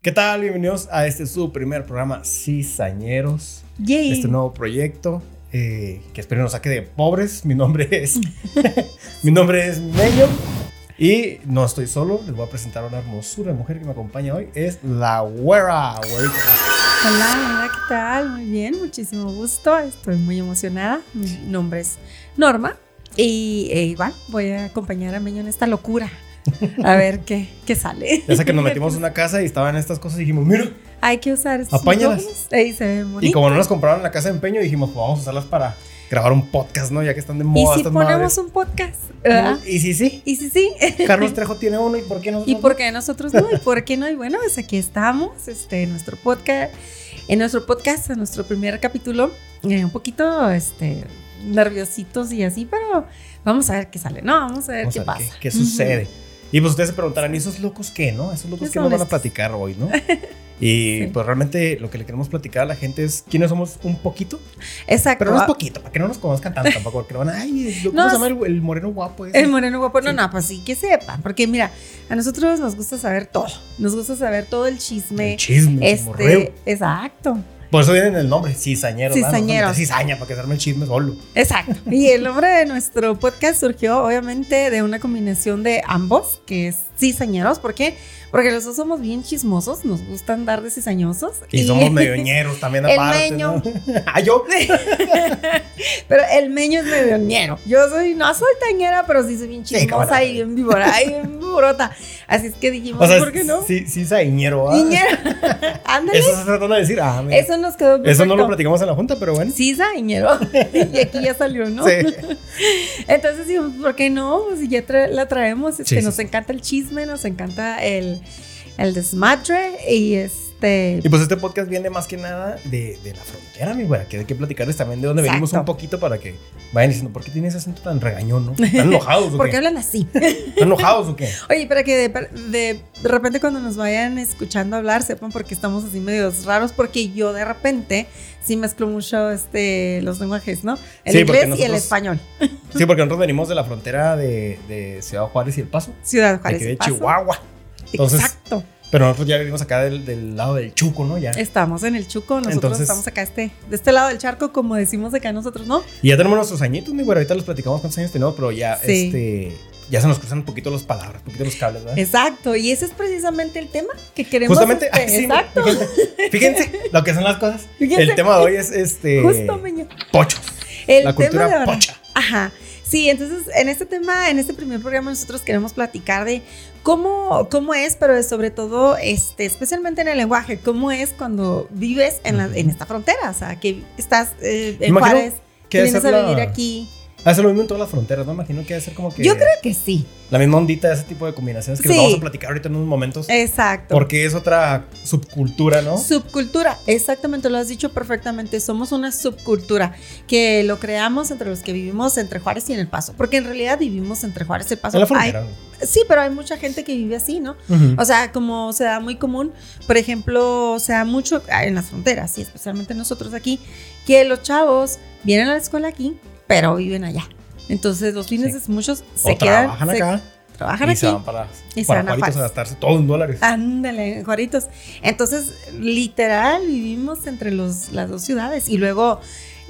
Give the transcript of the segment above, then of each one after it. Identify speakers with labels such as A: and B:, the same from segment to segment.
A: ¿Qué tal? Bienvenidos a este su primer programa Cizañeros.
B: Yay.
A: Este nuevo proyecto eh, que espero nos saque de pobres. Mi nombre es. mi nombre es Meño. Y no estoy solo, les voy a presentar a una hermosura de mujer que me acompaña hoy. Es la Huera. Güerita.
B: Hola, hola, ¿qué tal? Muy bien, muchísimo gusto. Estoy muy emocionada. Mi nombre es Norma y eh, igual voy a acompañar a Meño en esta locura. A ver qué, qué sale.
A: Ya sé que nos metimos en una casa y estaban estas cosas y dijimos, mira.
B: Hay que usar estos
A: Apáñalas.
B: micrófonos. Ey, se ven
A: Y
B: bonitos.
A: como no las compraron en la casa de empeño, dijimos, pues vamos a usarlas para grabar un podcast, ¿no? Ya que están de
B: Y,
A: moda
B: si
A: estas
B: ponemos
A: madres.
B: un podcast. ¿verdad?
A: Y sí, sí.
B: Y si sí.
A: Carlos Trejo tiene uno y ¿por qué nosotros
B: ¿Y
A: no?
B: por qué nosotros no? ¿Y por qué no? Y bueno, pues aquí estamos, este, en nuestro podcast, en nuestro podcast, en nuestro primer capítulo, eh, un poquito, este, nerviositos y así, pero vamos a ver qué sale, ¿no? Vamos a ver
A: Vamos
B: qué
A: a ver
B: pasa.
A: qué, qué sucede. Y pues ustedes se preguntarán, ¿y esos locos qué, no? ¿Esos locos
B: Esos
A: qué nos van a
B: honestos.
A: platicar hoy, no? Y
B: Sí.
A: pues realmente lo que le queremos platicar a la gente es quiénes somos un poquito,
B: Ujú. Exacto.
A: pero no es poquito, para que no nos conozcan tanto tampoco, porque no van, ay, lo- ¿cómo
B: Ah. No,
A: se llama el, el moreno guapo ese?
B: el moreno guapo, no,
A: Sí.
B: no, pues sí, que sepan, porque mira, a nosotros nos gusta saber todo, nos gusta saber todo el chisme,
A: El chisme, el
B: este,
A: morreo.
B: exacto,
A: Por eso viene el nombre, cizañero. ¿verdad? Nos
B: Cizañero.
A: vamos a meter Cizaña, para que se arme el chisme solo.
B: Exacto. Y el nombre de nuestro podcast surgió obviamente de una combinación de ambos, que es cizañeros. ¿Por qué? Porque los dos somos bien chismosos, nos gusta andar de cizañosos.
A: Y, somos medioñeros también
B: el
A: aparte,
B: meño.
A: ¿no? ah, yo.
B: Pero el meño es medioñero. Yo soy, no soy tañera, pero sí soy bien
A: Sí, cómo no.
B: chismosa y bien víbora y bien viborota. Así es que dijimos,
A: O sea,
B: ¿por qué no?
A: Sí, cizañero. ¿ah?
B: Niñera. Ándale.
A: Eso
B: Eso,
A: se trató de decir. Ah, mira. Eso,
B: nos quedó perfecto.
A: no lo platicamos en la junta, pero bueno.
B: Cizañero. Y aquí ya salió, ¿no?
A: Sí.
B: Entonces dijimos, ¿por qué no? Pues Si ya tra- la traemos, este,
A: Sí, sí,
B: nos
A: sí.
B: encanta el chisme, nos encanta el, el desmadre y este...
A: Y pues este podcast viene más que nada de, de la frontera, mi güera, que hay que platicarles también de dónde venimos
B: Exacto.
A: un poquito para que vayan diciendo, ¿por qué tiene ese acento tan regañón, no? ¿Están enojados o
B: ¿Por qué
A: qué?
B: hablan así?
A: ¿Están enojados o qué?
B: Oye, para que de, de repente cuando nos vayan escuchando hablar sepan por qué estamos así medios raros, porque yo de repente sí mezclo mucho este, los lenguajes, ¿no? El
A: Sí, porque
B: inglés y el
A: nosotros-
B: español.
A: Sí, porque nosotros venimos de la frontera de, de Ciudad Juárez y El Paso,
B: Ciudad
A: de
B: Juárez.
A: aquí
B: y
A: de
B: Paso.
A: Chihuahua. Entonces-
B: Exacto.
A: Pero nosotros ya venimos acá del, del lado del Chuco, ¿no? Ya.
B: Estamos en el Chuco, nosotros
A: Entonces-
B: estamos acá este, de este lado del charco, como decimos acá nosotros, ¿no?
A: Y ya tenemos nuestros añitos, mi güera, ahorita los platicamos cuántos años tenemos, pero ya,
B: Sí.
A: este, ya se nos cruzan un poquito las palabras, un poquito los cables, ¿verdad?
B: Exacto, y ese es precisamente el tema que queremos.
A: Justamente,
B: este,
A: ay, sí,
B: exacto.
A: fíjense, fíjense lo que son las cosas.
B: Fíjense.
A: El tema de hoy es este
B: Justo, Meño.
A: pochos,
B: El
A: la
B: tema de
A: cultura
B: ahora.
A: pocha.
B: Ajá. Sí, entonces en este tema, en este primer programa, nosotros queremos platicar de cómo, cómo es, pero sobre todo, este, especialmente en el lenguaje, cómo es cuando vives en, la-
A: Ujú.
B: en esta frontera. O sea, que estás eh, en
A: Imagino
B: Juárez,
A: que
B: que
A: debe
B: vienes
A: ser
B: a
A: la-
B: vivir aquí.
A: Hace lo mismo en todas las fronteras, ¿no? Imagino que debe ser como que
B: Yo creo que sí.
A: la misma ondita de ese tipo de combinaciones que
B: Sí.
A: nos vamos a platicar ahorita en unos momentos.
B: Exacto.
A: Porque es otra subcultura, ¿no?
B: Subcultura, exactamente, lo has dicho perfectamente. Somos una subcultura que lo creamos entre los que vivimos entre Juárez y en El Paso, porque en realidad vivimos entre Juárez y El Paso.
A: en la
B: Hay-
A: frontera.
B: sí, pero hay mucha gente que vive así, ¿no?
A: Ujú.
B: O sea, como se da muy común, por ejemplo, se da mucho ah, en las fronteras, y especialmente nosotros aquí, que los chavos vienen a la escuela aquí, pero viven allá. Entonces, los fines
A: Sí.
B: de muchos
A: O
B: se quedan,
A: trabajan
B: se-
A: acá
B: trabajan
A: y
B: aquí.
A: se van para,
B: y se
A: para
B: van a
A: Juaritos a
B: Juárez. Ah,
A: gastarse todos en dólares.
B: Ándale, Juaritos. Entonces, literal, vivimos entre los, las dos ciudades. Y luego,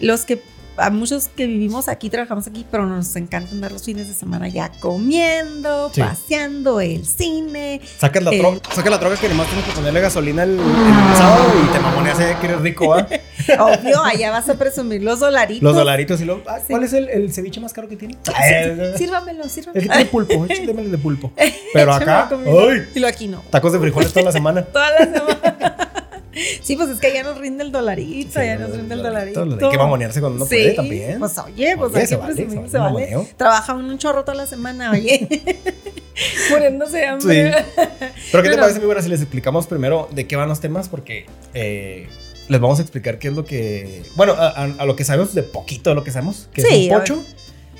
B: los que, a muchos que vivimos aquí, trabajamos aquí, pero nos encanta andar los fines de semana ya comiendo,
A: Sí.
B: paseando, el cine.
A: Sacas la,
B: Eh.
A: troca, sacas la troca que nomás tienes que ponerle gasolina el, el sábado y te mamoneas eh, que eres rico, ¿va?
B: Obvio, allá vas a presumir los dolaritos.
A: Los dolaritos y luego. ah,
B: Sí.
A: ¿Cuál es el, el ceviche más caro que tiene?
B: Sí,
A: Eh,
B: sí, Sírvamelo,
A: El que
B: sírvamelo.
A: tiene pulpo, échale de pulpo. Pero
B: Échame
A: acá,
B: la comida.
A: ¡ay!
B: Y lo aquí no.
A: Tacos de frijoles toda la semana.
B: Toda la semana. Sí, pues es que ya nos rinde el dolarito, ya nos rinde el dolarito.
A: Hay que mamonearse cuando uno puede también.
B: Pues oye, pues
A: Oye,
B: hay
A: se
B: que
A: vale,
B: presumir que
A: se
B: se
A: vale,
B: vale.
A: mamoneo.
B: Trabaja uno un chorro toda la semana, oye. Muriéndose de hambre.
A: Pero ¿qué te
B: Pero-
A: parece, mi buena, si les explicamos primero de qué van los temas? Porque eh, les vamos a explicar qué es lo que... Bueno, a, a- a lo que sabemos de poquito de lo que sabemos, que
B: Sí,
A: es un
B: a
A: pocho,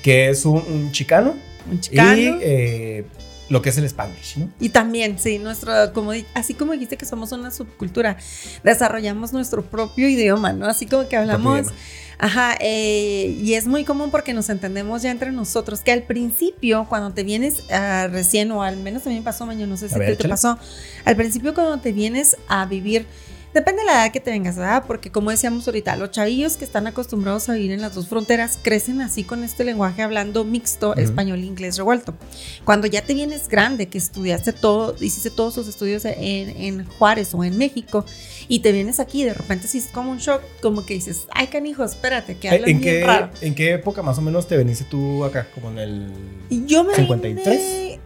A: que es un, un chicano,
B: Un chicano.
A: y eh, lo que es el Spanish, ¿no?
B: Y también, sí, nuestro, como, di- así como dijiste que somos una subcultura, desarrollamos nuestro propio idioma, ¿no? Así como que hablamos,
A: Propio idioma.
B: ajá, eh, y es muy común porque nos entendemos ya entre nosotros, que al principio, cuando te vienes ah, recién, o al menos a mí me pasó, Maño, no sé si
A: A
B: a
A: ver,
B: ti te
A: échale.
B: pasó, al principio cuando te vienes a vivir, depende de la edad que tengas, ¿verdad? Porque como decíamos ahorita, los chavillos que están acostumbrados a vivir en las dos fronteras crecen así con este lenguaje hablando mixto,
A: Ujú.
B: español-inglés revuelto. Cuando ya te vienes grande, que estudiaste todo, hiciste todos tus estudios en, en Juárez o en México, y te vienes aquí, de repente sí es como un shock, como que dices, ay canijo, espérate, que hablan
A: ¿En
B: bien
A: qué,
B: raro.
A: ¿En qué época más o menos te veniste tú acá? Como en el...
B: Y yo me
A: 53.
B: vine-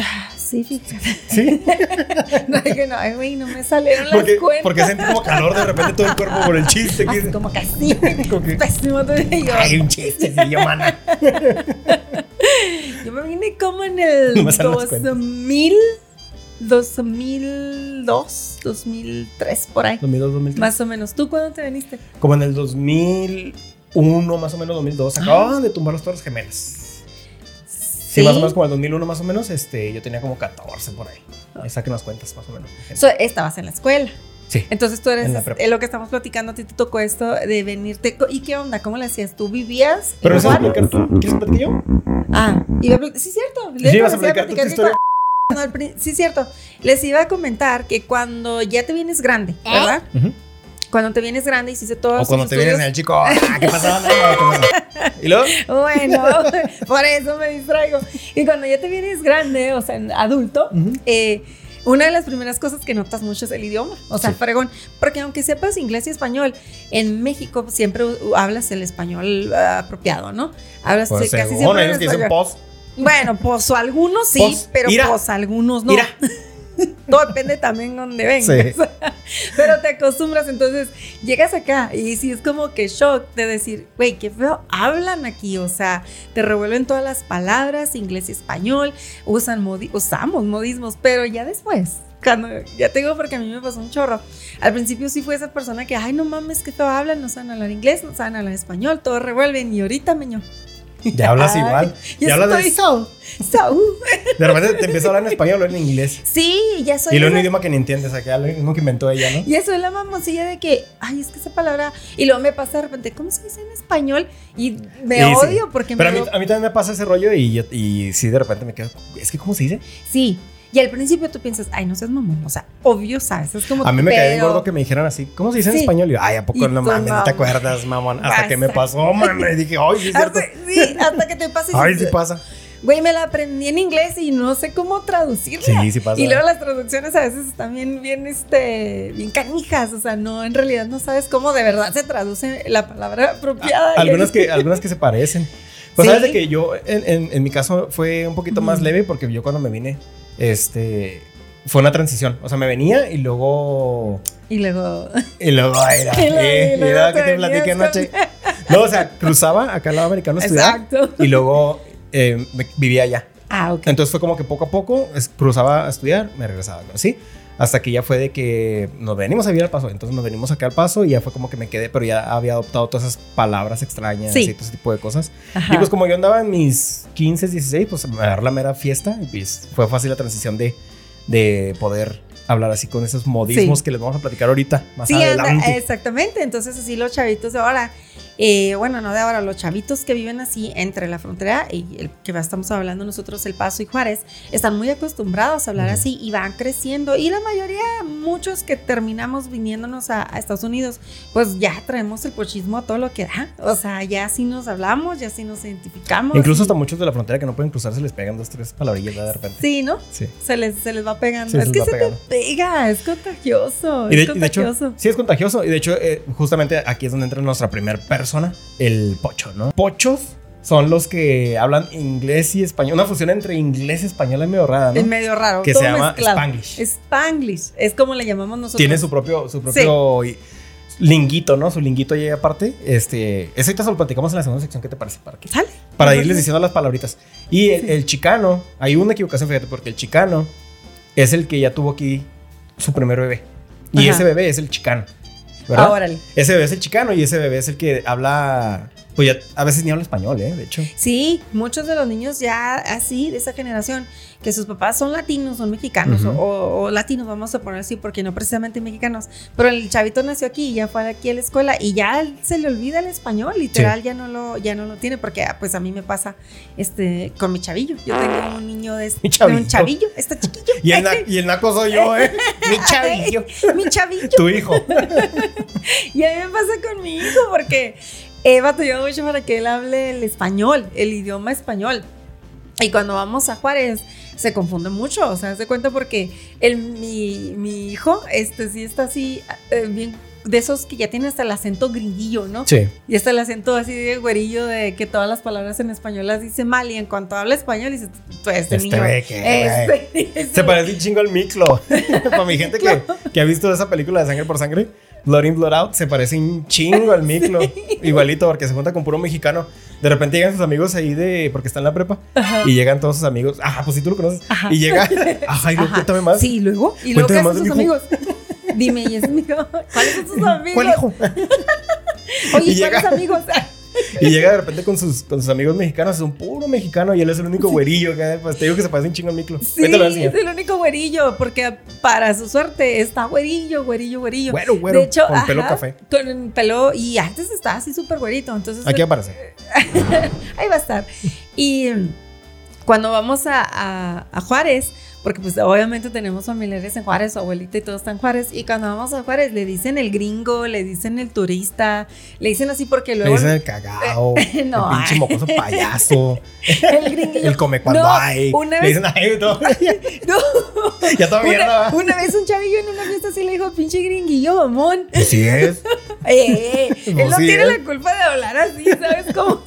B: Ah, Sí, fíjate.
A: ¿Sí?
B: No, que no, ay, güey, no me salieron las
A: Porque,
B: cuentas.
A: porque sentí como calor de repente todo el cuerpo por el chiste. que-
B: Así como que así.
A: como que-
B: Pésimo, te dije yo.
A: Ay, un chiste, sí, yo, mana.
B: Yo me vine como en el
A: No me salen las cuentas.
B: 2000, 2002, 2003, por ahí.
A: 2002, 2003.
B: Más o menos. ¿Tú cuándo te viniste?
A: Como en el 2001, más o menos
B: Ah.
A: 2002, acababan de tumbar las Torres Gemelas. Sí, más o menos como el 2001, más o menos, este, yo tenía como 14 por ahí.
B: Ah.
A: Ahí Saquen las cuentas, más o menos.
B: So, estabas en la escuela.
A: Sí.
B: Entonces tú eres
A: En la
B: es-
A: prepa.
B: eh, lo que estamos platicando. A ti te tocó esto de venirte. co- ¿Y qué onda? ¿Cómo le hacías? ¿Tú vivías?
A: Pero no
B: en
A: sabes
B: Juárez?
A: explicar tú. ¿Quieres explicar yo?
B: Ah, iba a pl- sí, cierto.
A: Sí, ibas a
B: les iba
A: platicar tú tu
B: platicar que
A: historia.
B: cuando- al prin- sí, cierto. Les iba a comentar que cuando ya te vienes grande, ¿verdad?
A: Ujú.
B: Cuando te vienes grande, hiciste todo.
A: O cuando te vienes en el chico, ah, ¿qué pasaba? No, ¿qué pasaba? Y luego,
B: Bueno, por eso me distraigo. Y cuando ya te vienes grande, o sea, en adulto,
A: ujú,
B: eh, una de las primeras cosas que notas mucho es el idioma, o sea,
A: Sí.
B: fregón, porque aunque sepas inglés y español, en México siempre u- hablas el español ah, apropiado, ¿no? Hablas eh,
A: pues,
B: casi
A: según
B: siempre en
A: ellos que dicen
B: español.
A: post,
B: Bueno, pues algunos sí,
A: Pos,
B: pero
A: ira.
B: pues algunos no.
A: mira,
B: Todo depende también donde vengas. Pero te acostumbras, entonces llegas acá y sí es como que shock de decir, güey, qué feo hablan aquí. O sea, te revuelven todas las palabras, inglés y español, usan modi- usamos modismos, pero ya después. Cuando, ya te digo porque a mí me pasó un chorro. Al principio sí fue esa persona que, ay, no mames, que feo hablan, no saben hablar inglés, no saben hablar español, todo revuelven. Y ahorita, meño.
A: ya hablas
B: Ay,
A: igual.
B: yo
A: Ya hablas de-
B: estoy so, so, uh.
A: De repente te empieza a hablar en español o en inglés.
B: Sí, ya soy.
A: Y luego un
B: esa-
A: idioma que ni entiendes, o sea, que ya lo mismo que inventó ella, ¿no?
B: Y eso es la mamoncilla de que, ay, es que esa palabra. Y luego me pasa de repente, ¿cómo se dice en español? Y me
A: Y sí.
B: odio porque
A: Pero a
B: me.
A: mí,
B: veo-
A: a mí también me pasa ese rollo y, yo, y sí, de repente me quedo. Es que, ¿cómo se dice?
B: Sí. Y al principio tú piensas, ay, no seas mamón. O sea, obvio, ¿sabes? Es como.
A: A mí me caía bien
B: pero-
A: gordo que me dijeran así. ¿Cómo se dice en
B: Sí.
A: español? Y yo, ay, ¿a poco
B: Y
A: no
B: tú,
A: mames? ¿No te
B: mamá.
A: acuerdas, mamón? Hasta que me
B: Pasa.
A: pasó, man. Y dije, ay, sí es cierto.
B: Hasta, sí, hasta que te pases.
A: Ay, sí pasa.
B: Güey, me la aprendí en inglés y no sé cómo traducirla.
A: Sí, sí pasa.
B: Y luego las traducciones a veces están bien, bien, este, bien canijas, o sea, no, en realidad no sabes cómo de verdad se traduce la palabra apropiada. Y
A: algunas,
B: ahí-
A: que, algunas que se parecen. Pues
B: Sí.
A: sabes de que yo, en, en- en mi caso, fue un poquito más
B: Ujú.
A: leve porque yo cuando me vine, este, fue una transición. O sea, me venía y luego...
B: Y luego...
A: Y luego era,
B: Y luego-
A: eh,
B: y luego
A: era que
B: te
A: te platiqué
B: venías
A: anoche. No, o sea, cruzaba acá al lado americano a estudiar
B: Exacto.
A: y luego eh, me- vivía allá.
B: Ah, ok.
A: Entonces fue como que poco a poco es- cruzaba a estudiar, me regresaba, ¿no? ¿sí? Hasta que ya fue de que nos venimos a vivir al paso. Entonces nos venimos acá al paso y ya fue como que me quedé, pero ya había adoptado todas esas palabras extrañas
B: Sí.
A: y todo ese tipo de cosas.
B: Ajá.
A: Y pues como yo andaba en mis 15, 16, pues me agarró la mera fiesta y pues fue fácil la transición de, de poder hablar así con esos modismos
B: Sí.
A: que les vamos a platicar ahorita, más
B: Sí, anda-
A: adelante.
B: exactamente. Entonces, así los chavitos de ahora, eh, bueno, no de ahora, los chavitos que viven así entre la frontera y el que estamos hablando nosotros, El Paso y Juárez, están muy acostumbrados a hablar
A: Ujú.
B: así y van creciendo. Y la mayoría, muchos que terminamos viniéndonos a, a Estados Unidos, pues ya traemos el pochismo a todo lo que da. O sea, ya así nos hablamos, ya así nos identificamos.
A: Incluso
B: Y-
A: hasta muchos de la frontera que no pueden cruzar se les pegan dos, tres palabrillas ¿verdad? de repente.
B: Sí, ¿no?
A: Sí.
B: Se les, se les va pegando.
A: Sí, se
B: es
A: les
B: que
A: va
B: se
A: pegando.
B: te pega, es contagioso.
A: Y de,
B: es
A: y de hecho,
B: contagioso.
A: sí es contagioso. Y de hecho, eh, justamente aquí es donde entra nuestra primera persona, el pocho, ¿no? Pochos son los que hablan inglés y español. Una fusión entre inglés y español es medio rara,
B: Es
A: ¿no?
B: medio raro.
A: Que
B: todo
A: se llama
B: mezclado.
A: Spanglish.
B: Spanglish, es como le llamamos nosotros.
A: Tiene su propio, su propio y- linguito, ¿no? Su linguito llega aparte. Este, eso ahorita se lo platicamos en la segunda sección. ¿Qué te parece? Para, que-
B: Sale.
A: para
B: Ajá.
A: irles diciendo las palabritas. Y el, el chicano, hay una equivocación, fíjate, porque el chicano es el que ya tuvo aquí su primer bebé. Y
B: Ajá.
A: ese bebé es el chicano. ¿Verdad?
B: Ah, órale.
A: Ese bebé es el chicano y ese bebé es el que habla Pues ya a veces ni habla español, ¿eh? De hecho.
B: Sí, muchos de los niños ya así, de esa generación, que sus papás son latinos, son mexicanos,
A: Ujú.
B: o, o latinos, vamos a poner así, porque no precisamente mexicanos, pero el chavito nació aquí y ya fue aquí a la escuela y ya se le olvida el español, literal, ya, no lo, ya no lo tiene, porque ah, pues a mí me pasa este, con mi chavillo. Yo tengo un niño de,
A: Mi
B: de un
A: chavillo.
B: chavillo, está chiquillo.
A: Y el, na- y el naco soy yo, ¿eh? Mi chavillo.
B: mi chavillo.
A: Tu hijo.
B: Y a mí me pasa con mi hijo porque he batallado mucho para que él hable el español, el idioma español. Y cuando vamos a Juárez se confunde mucho, o sea, se cuenta porque el, mi, mi hijo este, sí está así, eh, bien, de esos que ya tiene hasta el acento gringuillo, ¿no?
A: Sí.
B: Y está el acento así de güerillo de que todas las palabras en español las dice mal y en cuanto habla español dice, pues este,
A: Este
B: niño...
A: ve que,
B: este- este-
A: Se parece un chingo al Miklo. Para mi gente que, que ha visto esa película de Sangre por Sangre, Blood in, Blood Out, se parece un chingo al Miklo. Igualito, porque se junta con puro mexicano. De repente llegan sus amigos ahí de. porque está en la prepa. Y llegan todos sus amigos. Ah, pues sí, tú lo conoces.
B: Ajá.
A: Y llega. Ajá, y luego
B: Ajá.
A: cuéntame más.
B: Sí, ¿y luego. Y luego, ¿qué
A: Cuéntame
B: hacen sus amigos?
A: más
B: Dime, ¿y es amigo? ¿Cuáles son sus amigos?
A: ¿Cuál hijo?
B: Oye,
A: Y llega-
B: ¿cuáles amigos? Ah,
A: Y llega de repente con sus, con sus amigos mexicanos, es un puro mexicano y él es el único güerillo. Que, pues te digo que se parece un chingo al Miklo.
B: Sí,
A: Ahorita lo voy a
B: es
A: enseñar.
B: el único güerillo, porque para su suerte está güerillo, güerillo, güerillo.
A: Güero, güero.
B: de hecho,
A: con pelo
B: ajá,
A: café.
B: Con el pelo, y antes estaba así súper güerito, entonces
A: Aquí aparece.
B: ahí va a estar. Y mm, cuando vamos a, a- a Juárez, porque pues obviamente tenemos familiares en Juárez, su abuelita y todo está en Juárez, y cuando vamos a Juárez le dicen el gringo, le dicen el turista, le dicen así porque
A: Le
B: luego...
A: dicen el cagao.
B: no,
A: el pinche
B: ay,
A: mocoso payaso.
B: el gringuillo.
A: El come cuando
B: No,
A: hay. Le
B: una vez-
A: dicen ay, todo.
B: No.
A: ya está mierda.
B: Una,
A: ¿va?
B: una vez un chavillo en una fiesta sí le dijo, pinche gringuillo, mamón.
A: Pues sí es.
B: Eh, eh, él no
A: Sí,
B: tiene
A: ¿eh?
B: la culpa de hablar así, ¿sabes cómo?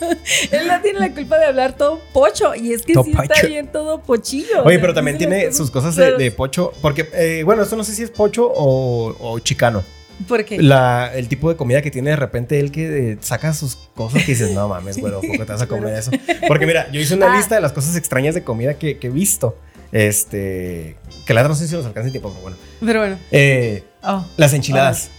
B: él no tiene la culpa de hablar todo pocho. Y es que
A: Todo
B: sí
A: pocho.
B: está bien todo pochillo. o
A: Oye,
B: sea,
A: pero
B: sí
A: también
B: se le
A: tiene
B: hace-
A: sus cosas de, de pocho. Porque, eh, bueno, esto no sé si es pocho o, o chicano.
B: ¿Por qué?
A: La, el tipo de comida que tiene de repente él que eh, saca sus cosas que dices, no mames, güero, ¿por qué te vas a comer eso? Porque mira, yo hice una
B: Ah.
A: lista de las cosas extrañas de comida que, que he visto. Este, que la verdad no sé si nos alcanza el tiempo, pero bueno.
B: Pero bueno.
A: Eh,
B: oh.
A: las enchiladas.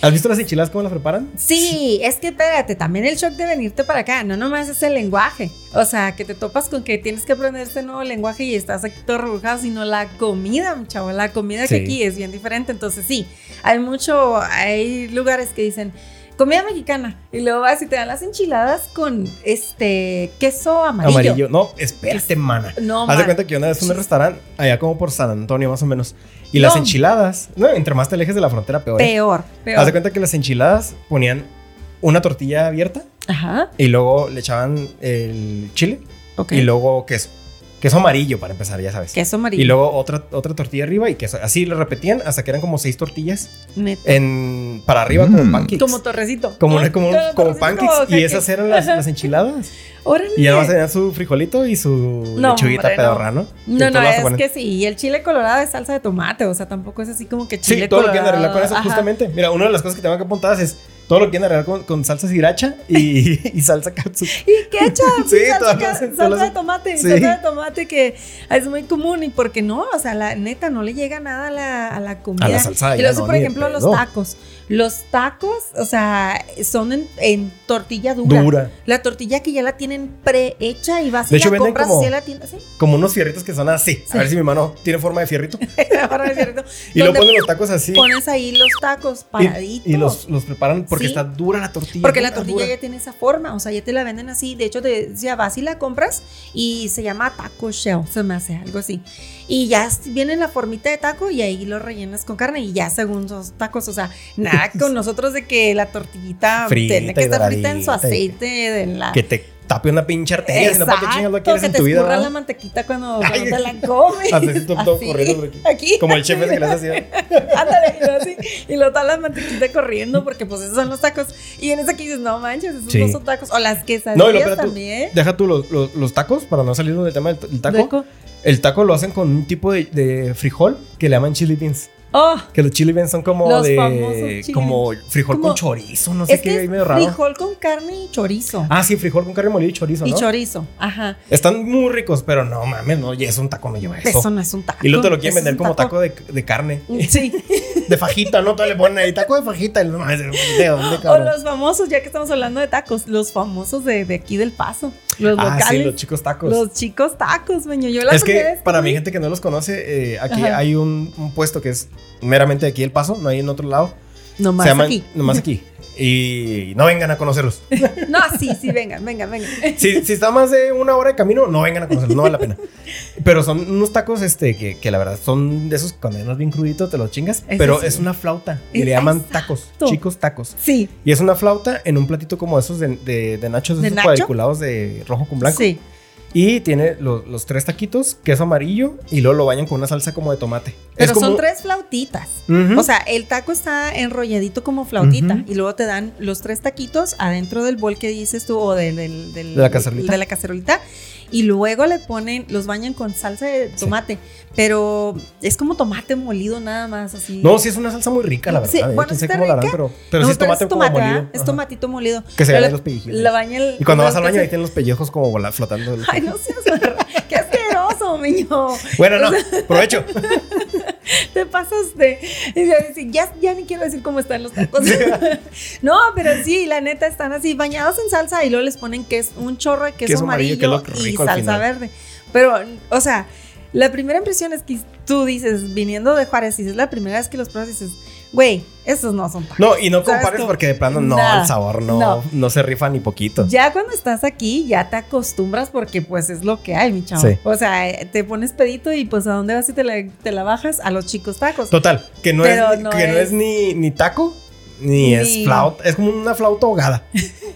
A: ¿Has visto las enchiladas cómo las preparan?
B: Sí, es que espérate, también el shock de venirte para acá, no nomás es el lenguaje. O sea, que te topas con que tienes que aprender este nuevo lenguaje y estás aquí todo rebujado, sino la comida, mi chavo, la comida
A: Sí.
B: que aquí es bien diferente. Entonces, sí, hay mucho, hay lugares que dicen comida mexicana y luego vas y te dan las enchiladas con este queso amarillo.
A: Amarillo. No, espérate, mana.
B: No,
A: Haz de
B: man.
A: cuenta que yo una vez fui a un restaurante allá como por San Antonio más o menos. Y
B: No.
A: las enchiladas, no, entre más te alejes de la frontera, peor. ¿eh?
B: peor, peor.
A: Haz de cuenta que las enchiladas ponían una tortilla abierta
B: Ajá,
A: y luego le echaban el chile
B: ok.
A: y luego queso. Queso amarillo para empezar, ya sabes.
B: queso amarillo.
A: Y luego otra, otra tortilla arriba y queso. Así le repetían hasta que eran como seis tortillas
B: Neta.
A: en, para arriba como
C: Mm.
A: pancakes.
B: Como torrecito.
A: como, una- como, un-
B: Todo
A: como
B: torrecito,
A: pancakes.
B: como
A: y esas
B: pancakes.
A: eran las, las enchiladas.
B: Órale.
A: Y además tenían su frijolito y su
B: No,
A: lechuguita
B: hombre, no.
A: pedorra, ¿no? Y
B: No,
A: todas
B: no,
A: las
B: es
A: ponen-
B: que sí. Y el chile colorado es salsa de tomate, o sea, tampoco es así como que
A: Sí,
B: chile
A: todo lo que
B: colorado.
A: quieren arreglar con eso,
B: ajá.
A: justamente. Mira, una de las cosas que tengo que apuntar es todo lo que quieren arreglar con, con salsa sriracha y, y salsa katsu.
B: Y ketchup,
A: Sí,
B: y salsa,
A: todas las-
B: salsa
A: todas las-
B: de tomate,
A: sí.
B: salsa de tomate que es muy común y porque no, o sea, la neta no le llega nada a la, a la comida.
A: A la salsa de
B: y
A: allá
B: luego,
A: no,
B: por
A: ni de
B: ejemplo, los
A: pedo.
B: tacos. Los tacos, o sea, son en, en tortilla dura.
A: Dura.
B: La tortilla que ya la tienen prehecha y vas
A: De
B: y
A: hecho,
B: la
A: venden
B: compras
A: como-
B: así en la tienda. Sí,
A: Como unos fierritos que son así.
B: Sí.
A: A ver si mi mano tiene forma de fierrito.
B: Ahora es cierto.
A: Y luego
B: Donde
A: ponen los tacos así.
B: Pones ahí los tacos
A: Y,
B: paraditos.
A: y los, los preparan porque
B: Sí.
A: está dura la tortilla.
B: Porque la
A: dura,
B: tortilla
A: dura.
B: ya tiene esa forma, o sea, ya te la venden así. De hecho, te decía, vas y la compras y se llama taco shell, se me hace algo así. Y ya s- viene la formita de taco y ahí lo rellenas con carne y ya según los tacos, o sea, nada con nosotros de que la tortillita
A: Frita
B: tiene que
A: y
B: estar frita en su
A: doradita y-
B: aceite, de la.
A: Que te tape una pinche arteria. Si no, ¿para qué chingas lo
B: Exacto,
A: quieres
B: que
A: en
B: te
A: tu vida?
B: escurra la
A: verdad?
B: mantequita cuando,
A: Ay.
B: cuando te la comes.
A: Así, todo- todo
B: Así,
A: corriendo por aquí.
B: aquí.
A: Como el chef ese que le hace así.
B: Ándale, y lo así, y lo está la mantequita corriendo porque pues esos son los tacos. Y en esa que dices, no manches, esos
A: Sí.
B: no son tacos. O las
A: No, y
B: quesadillas
A: lo espera tú.
B: también.
A: Deja tú los, los- los tacos, para no salirnos del tema del t- del taco.
B: Deco.
A: El taco lo hacen con un tipo de, de frijol que le llaman chili beans.
B: Oh,
A: Que los chili beans son como
B: Los famosos
A: de.
B: chili
A: Como frijol
B: Como-
A: con chorizo, no sé
B: es
A: qué,
B: que
A: ahí
B: es
A: medio raro.
B: frijol con carne y chorizo.
A: Ah, sí, frijol con carne molida y chorizo,
B: y
A: ¿no?
B: chorizo, ajá.
A: Están muy ricos, pero no mames, no, y es un taco, no lleva eso.
B: Eso no es Pues un taco.
A: Y luego te lo quieren
B: eso es
A: vender
B: un
A: como taco, de, de carne.
B: Sí,
A: De de fajita, ¿no? Todo le ponen ahí taco de fajita. Y no, ¿de dónde,
B: O
A: cabrón?
B: los famosos, ya que estamos hablando de tacos, los famosos de, de aquí del Paso, los
A: ah,
B: locales,
A: sí, los
B: los,
A: chicos tacos.
B: chicos tacos, dueño. Yo la
A: es
B: primera
A: que
B: vez
A: para mi
B: vi-
A: gente que no los conoce, eh, aquí
B: Ajá.
A: hay un, un puesto que es meramente aquí El Paso, no hay en otro lado.
B: nomás
A: Se llaman-
B: aquí.
A: Nomás aquí. Y no vengan a conocerlos.
B: No, sí, sí, vengan, vengan, vengan.
A: Si, si está más de una hora de camino, no vengan a conocerlos, no vale la pena. Pero son unos tacos este, que, que la verdad son de esos cuando andas bien crudito te los chingas.
B: Ese
A: pero
B: sí.
A: es una flauta y
B: Es-
A: le llaman
B: exacto.
A: tacos, chicos tacos.
B: Sí,
A: Y es una flauta en un platito como esos de, de, de nachos,
B: ¿De
A: esos
B: nacho?
A: cuadriculados de rojo con blanco.
B: sí.
A: Y tiene los, los tres taquitos, queso amarillo y luego lo bañan con una salsa como de tomate.
B: Pero
A: como,
B: son tres flautitas.
A: Ujú.
B: O sea, el taco está enrolladito como flautita
A: Ujú.
B: y luego te dan los tres taquitos adentro del bol que dices tú o del, del- del-
A: De la cacerolita.
B: de la cacerolita, y luego le ponen, los bañan con salsa de tomate, pero es como tomate molido nada más así.
A: No, sí es una salsa muy rica, la verdad.
B: Sí,
A: eh.
B: bueno,
A: Quién sabe
B: está
A: cómo la harán,
B: rica.
A: pero, pero
B: No,
A: sí es tomate, como
B: ¿verdad?
A: molido.
B: Es
A: Ajá.
B: tomatito molido.
A: Que se
B: Pero
A: vean ahí
B: la-
A: los pellejitos.
B: La baña el-
A: Y cuando vas al
B: la-
A: baño ahí tienen los pellejos como vola- flotando.
B: Ay, no seas barra- qué asqueroso, miño.
A: Bueno, no, provecho.
B: Te pasas de. y yo decía, Ya, ya ni quiero decir cómo están los tacos. no, pero sí, la neta están así, bañados en salsa y luego les ponen que es un chorro de queso,
A: Queso amarillo,
B: amarillo,
A: que es lo rico
B: y
A: al
B: salsa
A: final.
B: verde. Pero, o sea, la primera impresión es que tú dices, viniendo de Juárez, y es la primera vez que los pruebas, dices, güey, estos no son tacos.
A: No, y no
B: ¿Sabes
A: compares
B: tú?
A: porque de plano no,
B: Nada.
A: el sabor no, no.
B: No.
A: se rifa ni poquito.
B: Ya cuando estás aquí, ya te acostumbras porque pues es lo que hay, mi chavo.
A: Sí.
B: O sea, eh, te pones pedito y pues a dónde vas y te la, te la bajas a los chicos tacos.
A: Total, que no, es,
B: Pero no
A: que no
B: es-
A: es ni, ni taco, ni, es
B: Ni-
A: flauta. Es como una flauta ahogada,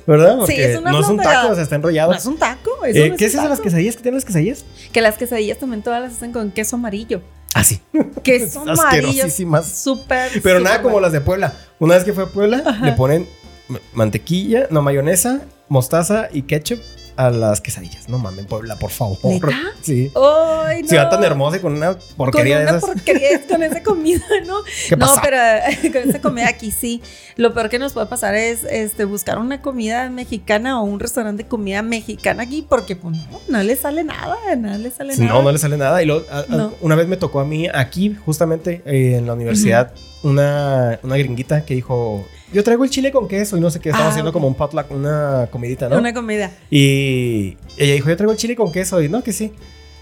A: ¿verdad? Porque
B: es una
A: no es un
B: flauta
A: taco,
B: ahogada.
A: se está
B: No
A: enrollado.
B: es un taco, eso
A: Eh, ¿Qué
B: no es un
A: es eso de
B: taco.
A: las quesadillas? ¿Qué tienen las quesadillas?
B: Que las quesadillas también todas las hacen con queso amarillo.
A: Ah, sí.
B: Queso amarillo.
A: Asquerosísimas.
B: Súper.
A: Pero
B: súper
A: nada como
B: bueno.
A: las de Puebla. Una vez que fue a Puebla,
B: Ajá.
A: le ponen ma- mantequilla, no, mayonesa, mostaza y ketchup a las quesadillas. No mames, Puebla, por favor.
B: ¿Neta?
A: Sí.
B: Ay, no.
A: Ciudad tan hermosa y con una porquería
B: con una
A: de esas.
B: porquería, con esa comida, ¿no?
A: ¿Qué
B: No,
A: pasa?
B: pero con esa comida aquí sí. Lo peor que nos puede pasar es este, buscar una comida mexicana o un restaurante de comida mexicana aquí porque pues no, no le sale nada, nada le sale nada.
A: No, no le sale nada. Y luego, a- a-
B: No.
A: una vez me tocó a mí aquí, justamente eh, en la universidad, una, una gringuita que dijo: Yo traigo el chile con queso y no sé qué. Estaba
B: Ah,
A: haciendo
B: ok.
A: como un potluck, una comidita, ¿no?
B: Una comida.
A: Y ella dijo: Yo traigo el chile con queso. Y no, que sí.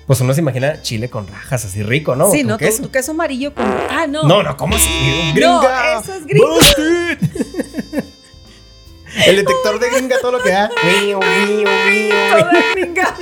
A: Pues uno se imagina chile con rajas, así rico, ¿no?
B: sí,
A: Con
B: no, tu-
A: queso.
B: tu queso amarillo con. Ah, no.
A: No, no, ¿cómo así?
B: No,
A: ¡Gringa!
B: eso es gringo.
A: ¡Busted! El detector de gringa, todo lo que da. Miu, miu, miu,
B: Toda gringa.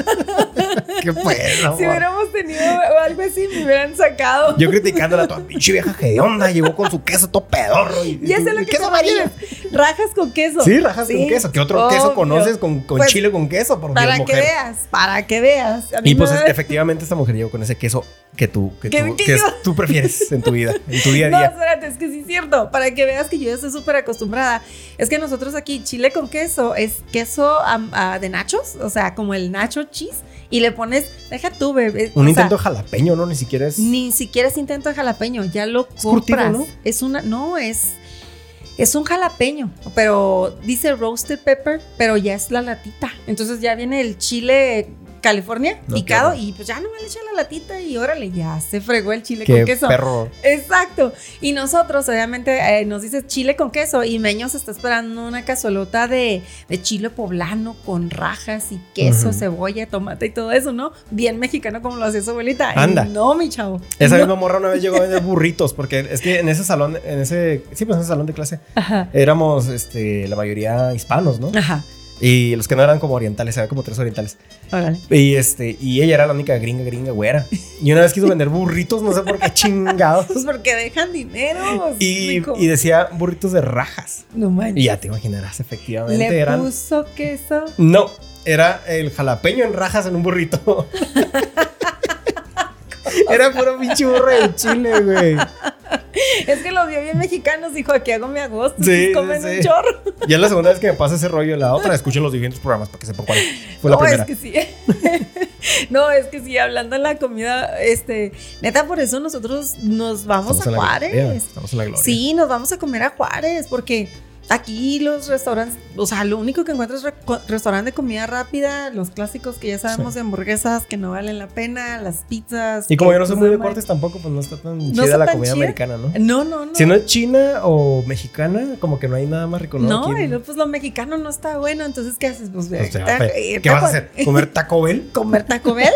A: ¡Qué pedo!
B: Si hubiéramos tenido algo así, me hubieran sacado.
A: Yo criticándola toda pinche vieja onda llegó con su queso todo pedorro. Y,
B: Ya sé lo
A: y
B: que
A: queso
B: te
A: amarillo.
B: refieres. Rajas con queso.
A: Sí, rajas
B: Sí,
A: con queso. ¿Qué otro
B: obvio.
A: queso conoces con, con
B: Pues,
A: chile con queso? Por Dios,
B: Para que
A: mujer.
B: veas, para que veas. A mí
A: Y pues
B: me-
A: es- efectivamente esta mujer llegó con ese queso que tú, que
B: Que-
A: tú,
B: que
A: que
B: yo-
A: tú prefieres en tu vida, en tu día a
B: No,
A: día.
B: espérate, es que sí es cierto. Para que veas que yo ya estoy súper acostumbrada. Es que nosotros aquí, chile con queso, es queso am- ah, de nachos, o sea, como el nacho cheese, y le pones, deja tú, bebé.
A: Un
B: o
A: intento
B: sea,
A: jalapeño, ¿no? Ni siquiera es...
B: ni siquiera es intento de jalapeño, ya lo compras.
A: pues. curtido, ¿no?
B: Es una, no, es. Es un jalapeño, pero dice roasted pepper, pero ya es la latita. Entonces ya viene el chile California
A: No,
B: picado
A: qué
B: y pues ya no me le echa la latita y órale, ya se fregó el chile
A: Qué
B: con queso.
A: perro.
B: Exacto. Y nosotros, obviamente, eh, nos dices chile con queso y Meño se está esperando una cazuelota de, de chile poblano con rajas y queso,
A: Ujú.
B: cebolla, tomate y todo eso, ¿no? Bien mexicano como lo hacía su abuelita. Y
A: Anda.
B: No, mi chavo.
A: Esa
B: No.
A: misma morra una vez llegó a vender burritos, porque es que en ese salón, en ese, sí, pues en ese salón de clase,
B: Ajá.
A: éramos este, la mayoría hispanos, ¿no?
B: Ajá.
A: Y los que no eran como orientales, había como tres orientales.
B: Órale.
A: Y este, y ella era la única gringa, gringa, güera. Y una vez quiso vender burritos, no sé por qué chingados.
B: Pues porque dejan dinero. pues,
A: Y,
B: rico.
A: y decía burritos de rajas.
B: no manches.
A: Y ya te imaginarás, efectivamente
B: Le
A: eran.
B: puso queso.
A: No, era el jalapeño en rajas en un burrito. era puro pinche burro de chile, güey.
B: Es que los vio bien mexicanos, dijo, aquí hago mi agosto.
A: Sí,
B: Sí,
A: sí,
B: comen
A: sí.
B: un chorro.
A: Ya es la segunda vez que me pasa ese rollo. La otra, escuchen los diferentes programas para que sepan cuál fue Pues la
B: no,
A: primera.
B: es que sí. no, es que sí, hablando de la comida, este, neta, por eso nosotros nos vamos
A: Estamos en
B: a
A: la gloria,
B: Juárez.
A: Estamos en la gloria.
B: Sí, nos vamos a comer a Juárez, porque Aquí los restaurantes, o sea, lo único que encuentras es re- co- restaurante de comida rápida, los clásicos que ya sabemos
A: Sí.
B: de hamburguesas que no valen la pena, las pizzas.
A: Y como
B: que
A: yo no soy muy de
B: son-
A: cortes tampoco, pues no está tan
B: No
A: chida
B: está
A: la
B: tan
A: comida
B: chida.
A: americana, ¿no?
B: No, no, no.
A: Si no es china o mexicana, como que no hay nada más rico. ¿no?
B: no,
A: Aquí-
B: y lo- pues lo mexicano no está bueno, entonces ¿qué haces? Pues
A: O
B: ve,
A: sea,
B: ta-
A: fe-
B: eh,
A: ¿Qué vas a
B: taco-
A: hacer? ¿Comer Taco Bell?
B: ¿Comer Taco Bell?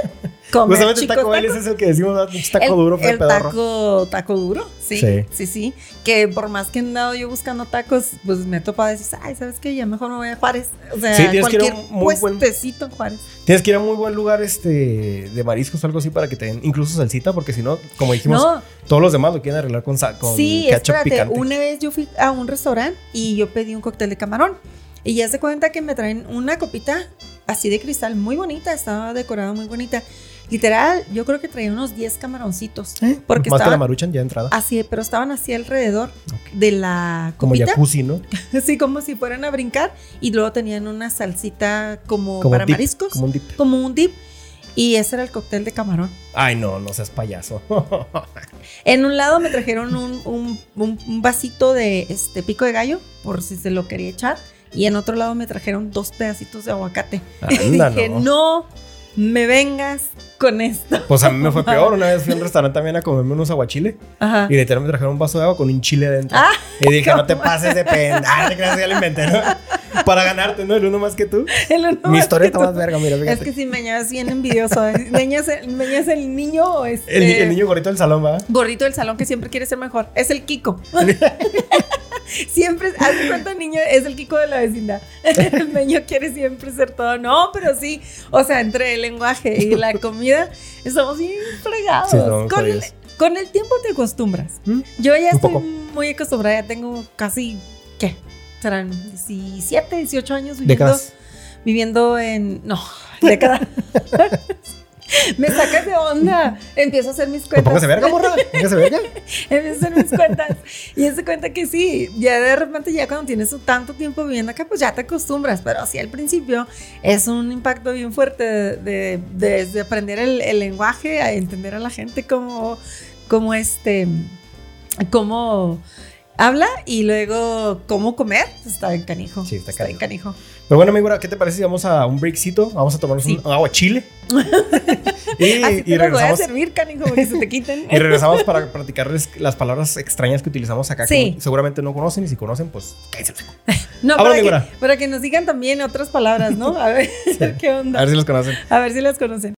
B: ¿Comer
A: Justamente
B: chicos
A: Taco Bell
B: tacos?
A: ese es el que decimos, ¿no? Pinche taco
B: el,
A: duro, fue
B: el
A: pedorro.
B: taco, taco duro, sí,
A: Sí.
B: sí, sí, Que por más que he andado yo buscando tacos, pues me he topado y dices, ay, ¿sabes qué? Ya mejor me voy a Juárez. O sea,
A: Sí, tienes que ir a
B: cualquier
A: un muy buen-
B: puestecito en Juárez.
A: Tienes que ir a muy buen lugar este, de mariscos o algo así para que te den incluso salsita, porque si no, como dijimos,
B: No,
A: todos los demás lo quieren arreglar con, sa- con
B: sí,
A: ketchup
B: espérate.
A: picante.
B: Una vez yo fui a un restaurante y yo pedí un cóctel de camarón. Y ya se cuenta que me traen una copita así de cristal muy bonita, estaba decorada muy bonita. Literal, yo creo que traía unos 10 camaroncitos.
A: ¿Eh?
B: porque
A: Más te la
B: estaba-
A: maruchan ya de entrada.
B: Así, pero estaban así alrededor de la
A: como
B: copita.
A: jacuzzi, ¿no?
B: Así como si fueran a brincar y luego tenían una salsita como,
A: Como
B: para
A: dip,
B: mariscos,
A: Como
B: como,
A: un dip.
B: un dip. Y ese era el cóctel de camarón.
A: Ay, no, no seas payaso.
B: En un lado me trajeron un, un- un- un vasito de este pico de gallo, por si se lo quería echar. Y en otro lado me trajeron dos pedacitos de aguacate.
A: Anda,
B: Dije,
A: no.
B: no me vengas con esto.
A: Pues a mí me fue peor. Una vez fui a un restaurante también a comerme unos aguachiles
B: Ajá.
A: y literalmente me trajeron un vaso de agua con un chile adentro.
B: Ah,
A: y dije, no te
B: ¿cómo?
A: pases de pena. Ah, te creas que ya lo inventé, ¿no? Para ganarte, ¿no? El uno más que tú.
B: el uno
A: Mi
B: más
A: historia está
B: que tú.
A: más verga, mira,
B: Es
A: fíjate.
B: que si Meña es bien envidioso. ¿eh? Meña es el, Meña es el niño. o
A: el, ni-
B: este,
A: el niño gorrito del salón, ¿va?
B: Gordito del salón que siempre quiere ser mejor. Es el Kiko. siempre, hace cuánto niño es el Kiko de la vecindad. El niño quiere siempre ser todo. No, pero sí. O sea, entre el lenguaje y la comida, estamos bien fregados.
A: Sí, estamos
B: con, el,
A: jodidos.
B: con el tiempo te acostumbras.
A: ¿Mm?
B: Yo ya
A: Un
B: estoy
A: poco.
B: muy acostumbrada. Ya tengo casi, ¿qué? Serán 17, 18 años viviendo
A: Décadas.
B: viviendo en. No, décadas. Me sacas de onda. Empiezo a hacer mis
A: Pues
B: cuentas.
A: póngase verga, morra. Póngase verga.
B: Empiezo a hacer mis cuentas. Y se cuenta que sí, ya de repente, ya cuando tienes un tanto tiempo viviendo acá, pues ya te acostumbras. Pero sí, al principio es un impacto bien fuerte de, de- de- de aprender el, el lenguaje, a entender a la gente como, como este, como habla y luego cómo comer. Está en canijo.
A: Sí, está
B: en canijo.
A: Pero bueno, amigura, ¿qué te parece si vamos a un breakcito? Vamos a tomarnos
B: Sí.
A: un agua chile. y,
B: Así te
A: y
B: los voy a
A: regresamos,
B: servir, canijo, para que se te quiten.
A: y regresamos para practicarles las palabras extrañas que utilizamos acá.
B: Sí.
A: Que seguramente no conocen y si conocen, pues cállense. el hocico.
B: No,
A: Ahora,
B: para
A: Nigora.
B: que, para que nos digan también otras palabras, ¿no? A ver qué
A: A
B: onda.
A: ver si los conocen.
B: A ver si las conocen.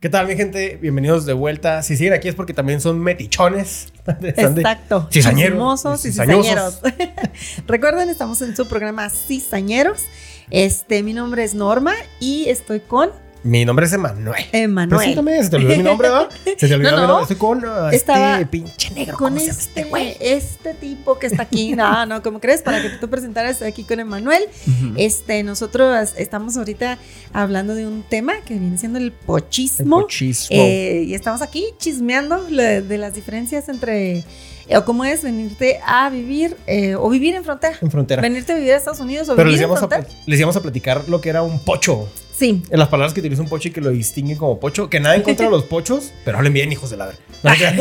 A: ¿Qué tal, mi gente? Bienvenidos de vuelta. Si siguen aquí es porque también son metichones. Están de-
B: Exacto.
A: Cizañeros.
B: Hermosos y
A: Cizañosos.
B: cizañeros. Recuerden, estamos en su programa Cizañeros. Este, mi nombre es Norma y estoy con
A: Mi nombre es Emanuel.
B: Emanuel.
A: Preséntame, se te olvidó mi nombre, ¿va? Se te olvidó
B: No,
A: mi
B: no.
A: nombre. Estoy con ah,
B: Estaba
A: este pinche negro.
B: Con
A: ¿Cómo se llama este güey?
B: este, este tipo que está aquí. No, no, ¿cómo crees? Para que tú te presentaras, estoy aquí con Emanuel.
A: Ujú.
B: Este, nosotros estamos ahorita hablando de un tema que viene siendo el pochismo.
A: El pochismo.
B: Eh, y estamos aquí chismeando lo de, de las diferencias entre, eh, o cómo es venirte a vivir eh, o vivir en frontera.
A: en frontera.
B: Venirte a vivir a Estados Unidos o
A: Pero les
B: vivir en
A: íbamos, a,
B: frontera.
A: pl- les íbamos a platicar lo que era un pocho.
B: Sí.
A: En las palabras que utiliza un pocho y que lo distinguen como pocho. Que nada en contra de los pochos, pero hablen bien, hijos de la verga. No, ya.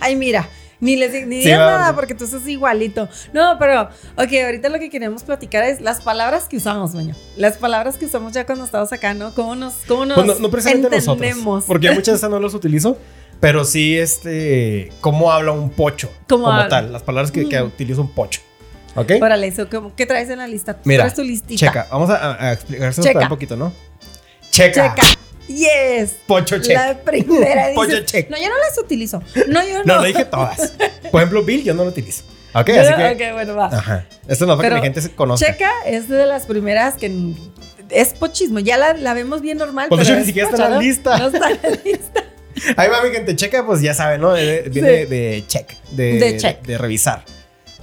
B: Ay, mira. Ni les di- ni
A: Sí,
B: digas
A: va,
B: nada
A: va.
B: porque tú estás igualito. No, pero, ok, ahorita lo que queremos platicar es las palabras que usamos, Beño. Las palabras que usamos ya cuando estamos acá, ¿no? ¿Cómo nos, cómo nos
A: Pues no, no precisamente nosotros.
B: entendemos?
A: Porque muchas veces no los utilizo. Pero sí, este. ¿Cómo habla un pocho?
B: ¿Cómo
A: como
B: habla?
A: tal. Las palabras que, que
B: Mm.
A: utiliza un pocho. ¿Ok?
B: Órale, eso, ¿cómo- ¿qué traes en la lista?
A: Mira,
B: ¿Traes tu listita?
A: Checa. Vamos a, a explicarse
B: Checa.
A: un poquito, ¿no? Checa.
B: Checa. Yes.
A: Pocho checa.
B: La primera dices,
A: Pocho check.
B: No, yo no las utilizo. No, yo
A: No,
B: no.
A: no dije todas. Por ejemplo, Bill, yo no lo utilizo. ¿Ok?
B: Yo
A: Así
B: no-
A: que.
B: ok, bueno, va.
A: Ajá. Esto no para que
B: Pero
A: la gente se conozca.
B: Checa es de las primeras que n- es pochismo. Ya la, la vemos bien normal.
A: Pues de
B: pero
A: hecho, ni
B: es
A: siquiera está
B: pocha,
A: en la
B: ¿no?
A: lista.
B: No está en la lista.
A: Ahí va mi gente, checa, pues ya saben, ¿no? De- de- Viene
B: Sí.
A: de check, de,
B: De check.
A: de revisar.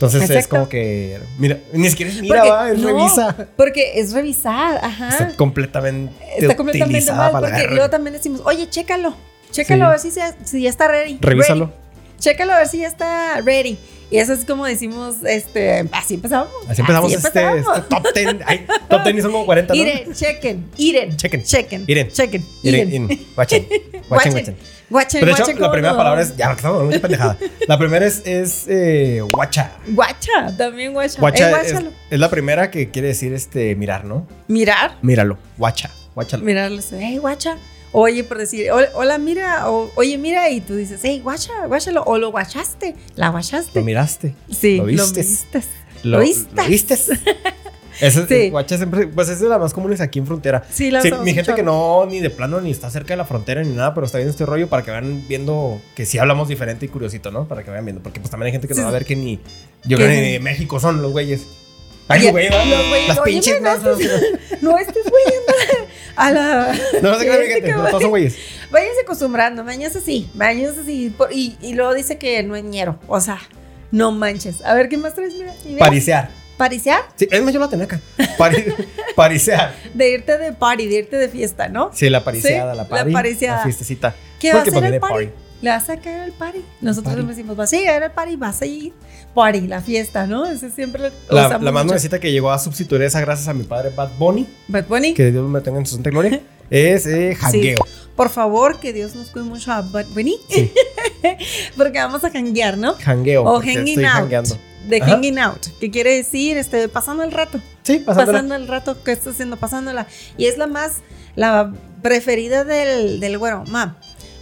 A: Entonces es
B: Exacto.
A: como que, mira, ni siquiera es mira,
B: Porque-
A: va, es
B: no,
A: revisa.
B: Porque es revisar. Ajá.
A: Está completamente
B: Está completamente
A: utilizada
B: mal.
A: para la
B: Porque
A: verga.
B: luego también decimos, oye, chécalo. Chécalo
A: Sí.
B: a ver si, sea- si ya está ready.
A: Revísalo.
B: Ready. Chécalo a ver si ya está ready. Y eso es como decimos, este, así empezamos.
A: Así empezamos,
B: Así
A: este,
B: empezamos.
A: este top 10. Ay, top 10 y son como 40, ¿no?
B: Iren, chequen, Iren,
A: Chequen.
B: chequen,
A: Iren.
B: chequen,
A: Miren,
B: Iren.
A: in, watchen, watchen,
B: Watchen.
A: watchen.
B: Guachen,
A: Pero de hecho,
B: guachen,
A: la
B: cómo
A: primera
B: no.
A: palabra es. Ya, porque estamos hablando de pendejada. La primera es, es eh, guacha.
B: Guacha, también guacha.
A: Guacha
B: Eh,
A: es,
B: guáchalo.
A: es la primera que quiere decir este mirar, ¿no?
B: Mirar,
A: Míralo, guacha, guáchalo.
B: mirarlos. Hey, guacha. Oye, por decir, "Ol- hola, mira, o oye, mira, y tú dices, hey, guacha, guáchalo, o lo guachaste, la
A: Lo
B: guachaste.
A: miraste.
B: sí,
A: lo
B: lo
A: vistes.
B: vistes.
A: Lo,
B: Lo vistas.
A: lo vistes. Esa-
B: Sí.
A: Guacha siempre, pues esa es la más común es aquí en frontera.
B: Sí, la
A: Sí,
B: usamos
A: mi gente
B: mucho.
A: que no, ni de plano, ni está cerca de la frontera, ni nada, pero está viendo este rollo para que vayan viendo que sí hablamos diferente y curiosito, ¿no? Para que vayan viendo, porque pues también hay gente que no
B: Sí.
A: va a ver que ni, yo
B: Que
A: creo que
B: ni-
A: ni de México son los güeyes. Ay,
B: Ya,
A: güey,
B: los güeyes,
A: las
B: oye,
A: pinches
B: me
A: razas.
B: No estés huyendo a la.
A: No, no sé qué,
B: Este
A: mi gente, pero
B: cabrón.
A: todos son güeyes.
B: Váyanse acostumbrando, mañana así, mañana así. por- Y, y luego dice que no es ñero, o sea, no manches. A ver, ¿qué más traes? Mira, y ve,
A: Parisear.
B: Parisear,
A: Sí, es más, yo la tenía acá. Pari- parisear.
B: de irte de party, de irte de fiesta, ¿no?
A: Sí, la pariseada,
B: Sí,
A: la
B: la
A: pari, la,
B: pariseada.
A: fiestecita.
B: ¿Qué va a
A: Porque,
B: hacer
A: pues,
B: el
A: viene
B: party?
A: party.
B: Le vas a caer al party. Nosotros
A: Party.
B: le decimos, vas a llegar al party, vas a ir party, la fiesta, ¿no? Ese siempre lo
A: La,
B: usamos
A: la más
B: mucho.
A: nuevecita que llegó a sustituir esa gracias a mi padre Bad Bunny,
B: Bad Bunny,
A: que Dios me tenga en su santa gloria, es eh, jangueo.
B: por favor, que Dios nos cuide mucho a Bad Bunny.
A: Sí.
B: Porque vamos a janguear, ¿no?
A: Jangueo.
B: O
A: porque
B: hanging
A: estoy
B: out.
A: jangueando.
B: De
A: Ajá.
B: hanging out, que quiere decir este, pasando el rato.
A: Sí, pasándola.
B: pasando el rato que está haciendo, pasándola. Y es la más, la preferida del, del güero. Mam,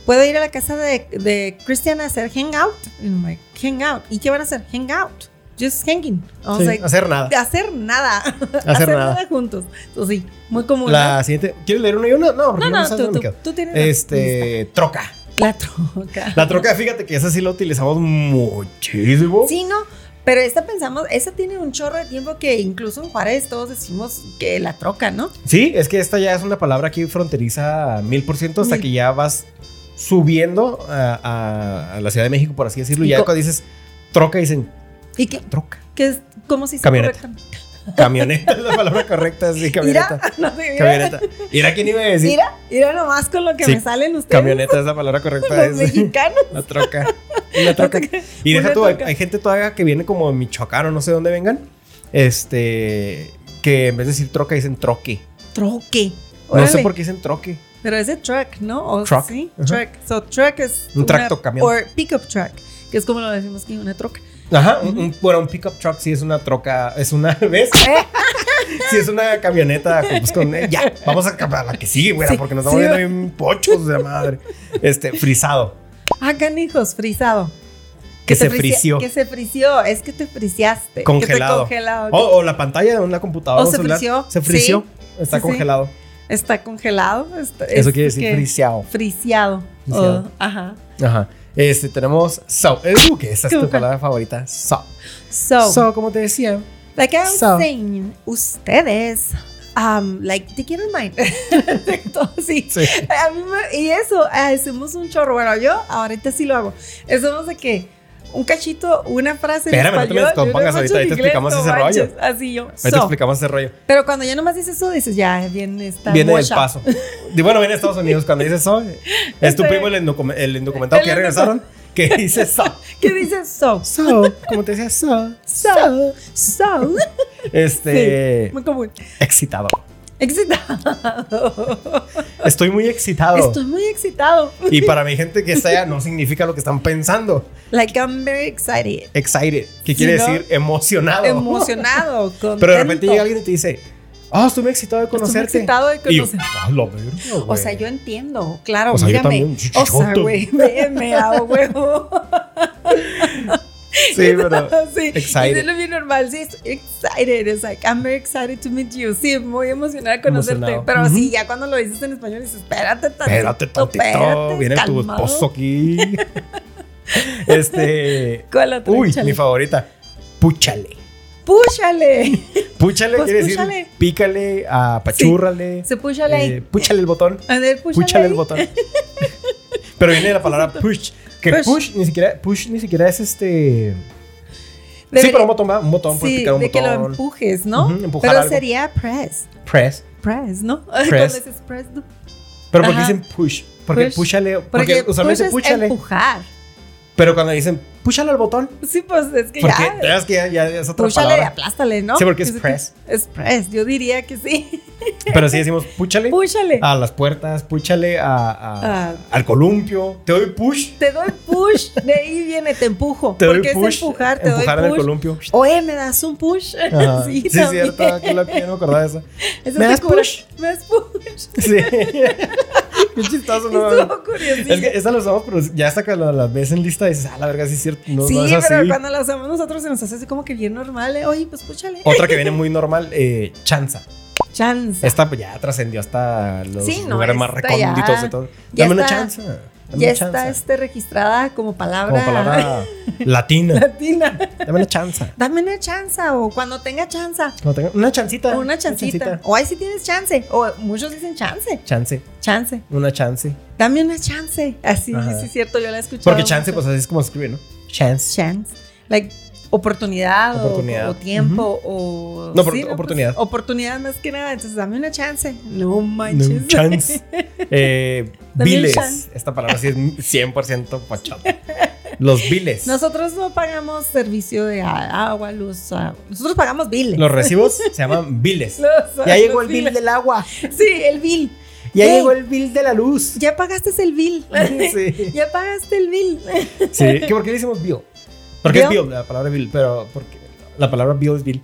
B: ¿puedo ir a la casa de, de Christian a hacer hangout? Y I'm like, hangout. ¿Y qué van a hacer? Hangout. Just hanging. O
A: Sí,
B: sea,
A: hacer nada.
B: hacer nada. Hacer,
A: nada.
B: nada. juntos. Entonces, sí, muy común.
A: La siguiente. ¿Quieres leer una y una? No, porque
B: No,
A: no,
B: no,
A: sabes
B: tú,
A: dónde
B: tú,
A: me quedo.
B: tú tienes la-
A: Este, troca.
B: la troca.
A: La troca, fíjate que esa sí la utilizamos muchísimo.
B: Sí, no, pero esta pensamos, esa tiene un chorro de tiempo que incluso en Juárez todos decimos que la troca, ¿no?
A: Sí, es que esta ya es una palabra aquí fronteriza mil por ciento hasta
B: Mil.
A: que ya vas subiendo a, a- a la Ciudad de México, por así decirlo. Y
B: Y
A: ya
B: co-
A: cuando dices troca, dicen
B: Y que,
A: troca.
B: que es como si
A: Camioneta.
B: correcta.
A: Camioneta es la palabra correcta, sí, camioneta.
B: Mira, no sé, mira.
A: Camioneta. Mira quién iba a decir.
B: Mira, mira nomás con lo que
A: Sí,
B: me salen ustedes,
A: Camioneta es la palabra correcta.
B: los
A: Es
B: mexicanos.
A: la troca. La troca. Y
B: Una
A: deja tú, hay,
B: troca.
A: hay gente todavía que viene como de Michoacán o no sé dónde vengan. Este. Que en vez de decir troca dicen troque.
B: Troque.
A: No sé
B: Órale.
A: por qué dicen troque.
B: Pero ese truck, ¿no? O-
A: Truck,
B: Sí,
A: ajá.
B: truck. So, truck es.
A: Un
B: una-
A: tractocamión.
B: Or pickup truck, que es como lo decimos aquí, una troca.
A: Ajá, un, un- bueno, un pickup truck sí es una troca, es una, ¿ves?
B: Eh.
A: sí es una camioneta, pues con, eh, ya, vamos a, a la que sigue, güey,
B: Sí,
A: porque nos estamos
B: sí,
A: viendo bien pochos de la madre. Este, frisado,
B: Ah, canijos, frisado.
A: que se
B: te fricia-
A: frició.
B: Que se frició, es que te friciaste.
A: Congelado. Oh,
B: Que te congelado.
A: O, o la pantalla de una computadora
B: O
A: un
B: se
A: celular,
B: frició,
A: Se frició, está
B: sí, sí.
A: congelado.
B: Está congelado. está-
A: oh. Eso
B: es
A: quiere decir
B: que-
A: friciado.
B: Friciado.
A: Friciado.
B: O- ajá.
A: Ajá. Este, tenemos so, eh, uh, que esa es tu
B: Ujú.
A: palabra favorita, so.
B: So,
A: So, como te decía,
B: Like I was
A: So.
B: saying, ustedes, um, like, they get in mind. Todo sí.
A: sí.
B: A mí me- y eso, ah, hacemos un chorro. Bueno, yo ahorita sí lo hago. Hacemos de que un cachito, una frase. en
A: Espérame, no te me
B: español, y una
A: descompongas
B: frase
A: ahorita,
B: en
A: ahí te
B: inglés,
A: explicamos
B: no
A: ese
B: manches,
A: rollo.
B: Así yo.
A: Ahí te
B: So.
A: explicamos ese rollo.
B: Pero cuando ya nomás dices eso, dices, ya, viene esta.
A: Viene del
B: mocha.
A: paso. Y bueno, viene de Estados Unidos cuando dice eso. Es tu
B: Este-
A: primo el, indocume- el indocumentado
B: El
A: que ya regresaron que dice so.
B: ¿Qué dices? So,
A: So, como te decía, so.
B: so, so.
A: Este.
B: Muy común.
A: Excitado.
B: Excitado.
A: Estoy muy excitado.
B: Estoy muy excitado.
A: Y para mi gente que está allá no significa lo que están pensando.
B: Like, I'm very excited.
A: Excited, que
B: Sí,
A: quiere
B: ¿no?
A: decir emocionado.
B: emocionado, contento.
A: Pero de repente llega alguien y te dice, ah, estoy muy excitado de
B: Estoy muy
A: conocerte.
B: excitado de
A: Y yo,
B: conocer-
A: "Ah, la verga,
B: O
A: güey".
B: sea, yo entiendo, claro,
A: O sea, yo
B: mírame.
A: también, sí,
B: O sea,
A: choto.
B: güey, veme a huevo.
A: Sí, pero.
B: sí,
A: excited.
B: y es lo bien normal. Sí, es excited. It's like, I'm very excited to meet you. Sí, muy emocionada de conocerte.
A: Emocionado.
B: Pero
A: Ujú.
B: sí, ya cuando lo dices en español dices, espérate tantito.
A: Espérate tantito,
B: espérate,
A: viene tu
B: calmado".
A: esposo aquí. Este.
B: ¿Cuál otra?
A: Uy,
B: Échale.
A: mi favorita. Púchale.
B: Púchale.
A: Púchale
B: Pues
A: quiere
B: púchale.
A: decir pícale, apachúrrale.
B: Se púchale ahí.
A: eh, púchale el botón.
B: a ver, púchale.
A: Púchale el
B: ahí.
A: botón. Pero viene de la palabra push. Que push.
B: Push.
A: ni siquiera, push ni siquiera es este.
B: De-
A: sí, pero un botón, va, un botón, puedes
B: sí,
A: picar un
B: de que lo
A: botón.
B: empujes, ¿no?
A: Ujú, empujar
B: pero
A: algo.
B: sería press.
A: Press.
B: Press, ¿no?
A: Press.
B: Cuando dices press, no.
A: Pero porque
B: Ajá.
A: dicen push. Porque
B: Push.
A: púchale. Porque,
B: Porque,
A: usualmente
B: push es
A: púchale.
B: empujar.
A: Pero cuando dicen, púchale al botón.
B: Sí, pues es que
A: Porque
B: ya.
A: ya, es que ya, ya es otra
B: Púchale y
A: palabra.
B: aplástale, ¿no?
A: Sí, porque es
B: Que se-
A: press.
B: Es press, yo diría que sí.
A: Pero sí Ah. decimos, púchale
B: Púchale.
A: a las puertas, púchale a, a-
B: Ah.
A: al columpio. Te doy push.
B: Te doy push, de ahí viene, te empujo.
A: Te doy
B: porque
A: push.
B: es empujar, te
A: empujar en
B: doy
A: el
B: push.
A: columpio.
B: O eh, me das un push.
A: Ajá.
B: sí,
A: sí, es cierto. que la- que no me acordaba de eso.
B: Eso
A: ¿Me
B: está
A: das
B: cura-
A: push?
B: Me das push.
A: Sí. Qué chistoso, ¿no?
B: Estuvo curioso.
A: Es que esa lo usamos, pero ya hasta que la, la ves en lista dices, ah, la verga, sí es cierto. No,
B: sí,
A: no es así.
B: pero cuando la usamos nosotros se nos hace así como que bien normal. eh, Oye, pues púchale.
A: Otra que viene muy normal, eh, chanza.
B: Chance.
A: Esta pues, ya trascendió hasta los
B: Sí, no,
A: lugares más
B: esta
A: recónditos
B: ya-
A: de todo.
B: ya
A: Dame una
B: está-
A: chanza. Dame
B: ya
A: una
B: está
A: chanza.
B: este, registrada como palabra,
A: Como palabra latina.
B: latina.
A: Dame una chanza.
B: Dame una chanza o cuando tenga chanza.
A: Como tenga- Una chancita.
B: O una chancita. O ahí sí tienes chance. O muchos dicen chance.
A: Chance.
B: Chance.
A: Una chance.
B: Dame una chance. Así,
A: Ajá.
B: sí, es cierto, yo la he escuchado.
A: Porque chance,
B: mucho.
A: pues así es como se escribe, ¿no? Chance.
B: Chance. Like, oportunidad, o-
A: Oportunidad.
B: O, tiempo o...
A: No, opor-
B: pues,
A: oportunidad.
B: oportunidad más que nada. Entonces, dame una chance. No manches.
A: Un Chance. Eh,
B: Dame un
A: viles.
B: chance.
A: Esta palabra sí es 100% pachota. Los viles.
B: Nosotros no pagamos servicio de a- agua, luz. a- Nosotros pagamos bill.
A: Los recibos se llaman viles. Ya llegó el bill del agua.
B: Sí, el bill.
A: Ya
B: Ey.
A: llegó el bill de la luz.
B: Ya pagaste el bill.
A: Sí.
B: Ya pagaste el bill.
A: Sí, ¿Qué, ¿Por qué le decimos bill? Porque es
B: Bill.
A: bill, la palabra bill, pero porque la palabra bill es bill.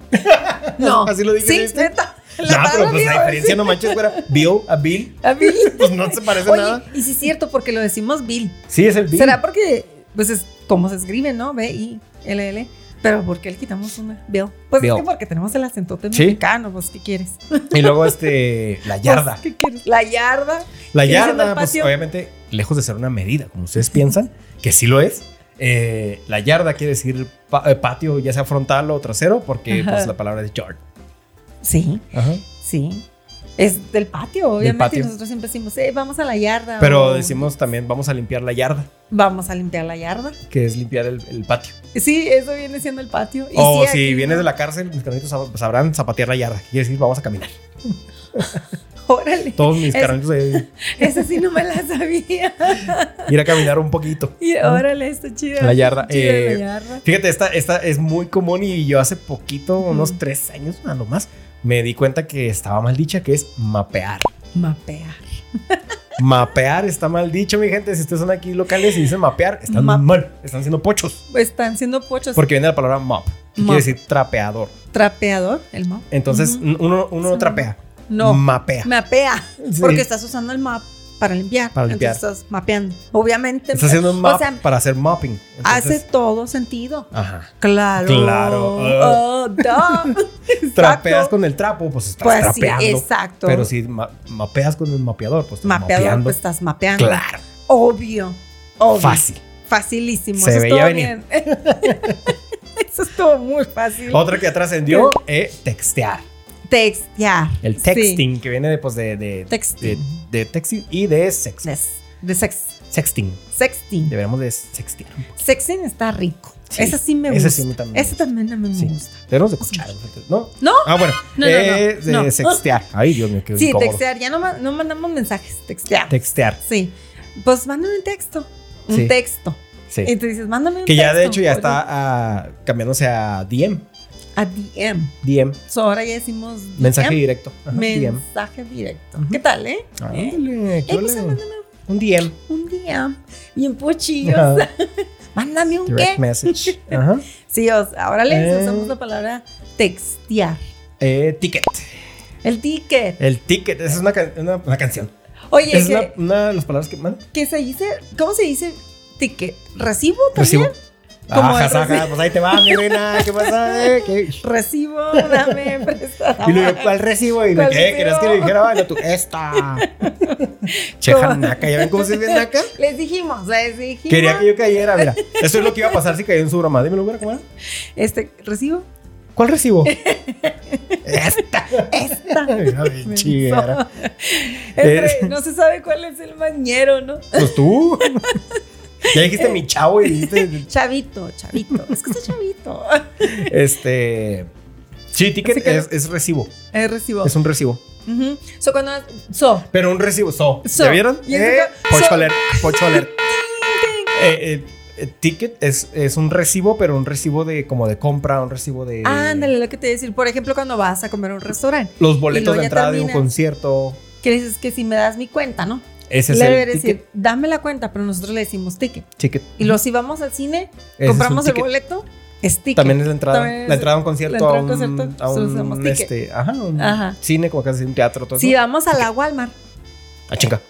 B: No.
A: Así lo dije,
B: Sí,
A: ¿viste?
B: neta.
A: No, pero
B: La palabra
A: pues la
B: bill,
A: diferencia no manches fuera bill a bill.
B: sí. A bill.
A: Pues no se parece
B: Oye,
A: nada.
B: y sí es cierto, porque lo decimos bill.
A: Sí, es el bill.
B: ¿Será porque, pues es como se escribe, ¿no? B-I-L-L. Pero ¿por qué le quitamos una? Bill. Pues
A: Bill.
B: es que porque tenemos el acentote
A: Sí.
B: mexicano, pues ¿qué quieres?
A: Y luego este, la yarda.
B: Pues, ¿Qué quieres? La yarda.
A: La
B: ¿Qué dicen
A: yarda,
B: del
A: pues
B: patio?
A: obviamente, lejos de ser una medida, como ustedes piensan, que sí lo es. eh, la yarda quiere decir pa- eh, patio, ya sea frontal o trasero, porque
B: Ajá.
A: pues, la palabra es yard.
B: Sí, sí. Es del patio, obviamente.
A: patio.
B: Y nosotros siempre decimos, eh, vamos a la yarda.
A: Pero
B: o
A: decimos también, vamos a limpiar la yarda,
B: Vamos a limpiar la yarda.
A: que es limpiar el, el patio.
B: Sí, eso viene siendo el patio. Y
A: o
B: sí,
A: si
B: aquí,
A: vienes
B: ¿no?
A: Oh, de la cárcel, mis carnalitos sab- sabrán zapatear la yarda. que Quiere decir, vamos a caminar.
B: Órale.
A: Todos mis
B: Es-
A: carnalitos de
B: Esa sí no me la sabía.
A: ir a caminar un poquito.
B: Y órale, está chida.
A: Ah. La yarda,
B: Chida
A: eh,
B: la yarda.
A: Fíjate, esta, esta es muy común y yo hace poquito,
B: Ujú.
A: unos tres años a lo más, me di cuenta que estaba mal dicha, que es mapear.
B: Mapear.
A: Mapear está mal dicho, mi gente. Si ustedes son aquí locales y dicen mapear, están
B: Map- Pues
A: mal. Están siendo pochos.
B: Están siendo pochos.
A: Porque viene la palabra mop, que
B: Mop.
A: quiere decir trapeador.
B: Trapeador, el mop.
A: Entonces,
B: Ujú.
A: n- uno, uno no
B: Sí.
A: trapea,
B: No.
A: mapea.
B: mapea.
A: mm. Sí.
B: Porque estás usando el map para limpiar.
A: Para limpiar.
B: Entonces estás mapeando. Obviamente.
A: Está haciendo un map
B: O sea,
A: para hacer mopping.
B: hace
A: Entonces,
B: todo sentido.
A: Ajá.
B: Claro.
A: Claro.
B: Oh, duh. Exacto.
A: Trapeas con el trapo, pues estás
B: Pues sí,
A: trapeando.
B: exacto.
A: pero si ma- mapeas con el mapeador, pues estás
B: Mapeador,
A: mapeando.
B: pues estás mapeando.
A: claro.
B: Obvio. Obvio.
A: Fácil.
B: Facilísimo.
A: Se
B: Eso
A: veía
B: estuvo
A: venir.
B: bien. Eso estuvo muy fácil.
A: Otra que trascendió es textear.
B: Textear.
A: El
B: Sí.
A: texting, que viene de, pues, de, de, de,
B: Texting.
A: de texting y de sex.
B: Yes. De sex.
A: Sexting.
B: Sexting.
A: Deberíamos de sextear. un poco.
B: Sexting está rico.
A: Sí,
B: Ese sí me gusta.
A: ese
B: Ese
A: sí me también me gusta.
B: también a mí
A: Sí.
B: me gusta.
A: Deberíamos de escuchar. ¿No?
B: No.
A: Ah, bueno.
B: No, no, no,
A: eh, de
B: no.
A: sextear. Ay, Dios mío, qué
B: Sí,
A: incómodo.
B: textear. Ya no, ma- no mandamos mensajes. Textear.
A: Textear.
B: sí. Pues mándame un texto. Un
A: Sí.
B: texto.
A: Sí.
B: Y tú dices, mándame un
A: Que
B: texto.
A: ya de hecho ya
B: Oye,
A: está ah, cambiándose a DM.
B: A DM.
A: DM.
B: So, ahora ya decimos. DM,
A: Mensaje directo. Ajá, DM.
B: Mensaje directo. ¿Qué tal, eh? Eh,
A: Ándale, ¿qué
B: eh, pues,
A: ole?
B: mándame
A: Un DM.
B: un DM. Bien pochillos.
A: Ajá,
B: Mándame un
A: Direct
B: qué.
A: message. Ajá.
B: Sí, o sea, ahora les
A: Eh.
B: usamos la palabra textear.
A: Eh, ticket.
B: El ticket.
A: El ticket. Esa es una, can- una- una canción.
B: Oye,
A: es
B: que-
A: una, una de las palabras que man,
B: que se dice, ¿cómo se dice ticket? ¿Recibo también?
A: recibo.
B: Como
A: Ajá,
B: el
A: ajá,
B: recibo.
A: pues ahí te va, mi reina. ¿Qué pasa? Eh, ¿Qué?
B: Recibo, dame, presta.
A: Y luego, ¿cuál recibo? Y me
B: ¿Cuál
A: ¿qué? ¿Querías que le
B: recibo?
A: dijera? Bueno, tú, esta. Che, janaca. ¿Ya ven cómo se es bien acá?
B: Les dijimos, les dijimos.
A: Quería que yo cayera, mira. Eso es lo que iba a pasar si caía en su broma. Dímelo, güera, ¿cómo era?
B: Este, ¿recibo?
A: ¿Cuál recibo? Esta.
B: Esta.
A: Mira, bien chillera. Eh,
B: Entre- no se sabe cuál es el mañero, ¿no?
A: Pues tú. Ya dijiste mi chavo y dijiste
B: Chavito, chavito. Es que está chavito.
A: este. Sí, ticket
B: Así que-
A: es, es recibo.
B: Es Eh, recibo.
A: Es un recibo.
B: Ujú. So, cuando. So.
A: Pero un recibo. So.
B: So.
A: ¿Ya vieron?
B: Y
A: Eh,
B: es que-
A: pocho
B: so.
A: alert, pocho alert. Eh, eh, eh, ticket es, es un recibo, pero un recibo de como de compra, un recibo de
B: Ándale, lo que te iba a decir. Por ejemplo, cuando vas a comer a un restaurante,
A: los
B: Y
A: boletos
B: luego
A: de
B: ya
A: entrada de
B: terminas.
A: un concierto.
B: que le dices que si me das mi cuenta, ¿no?
A: Ese es
B: le debe
A: el
B: decir,
A: ticket.
B: dame la cuenta, pero nosotros le decimos ticket.
A: ticket.
B: Y luego si vamos al cine,
A: Ese es un
B: compramos el
A: ticket.
B: boleto, es ticket.
A: También es la entrada,
B: También es
A: la entrada a un concierto,
B: entrada a un
A: a un,
B: concierto,
A: a
B: solo
A: un,
B: usamos ticket.
A: este, ajá, un
B: Ajá.
A: cine, como que hace un teatro, todo
B: si
A: eso.
B: vamos a la Walmart.
A: Ah, chinga.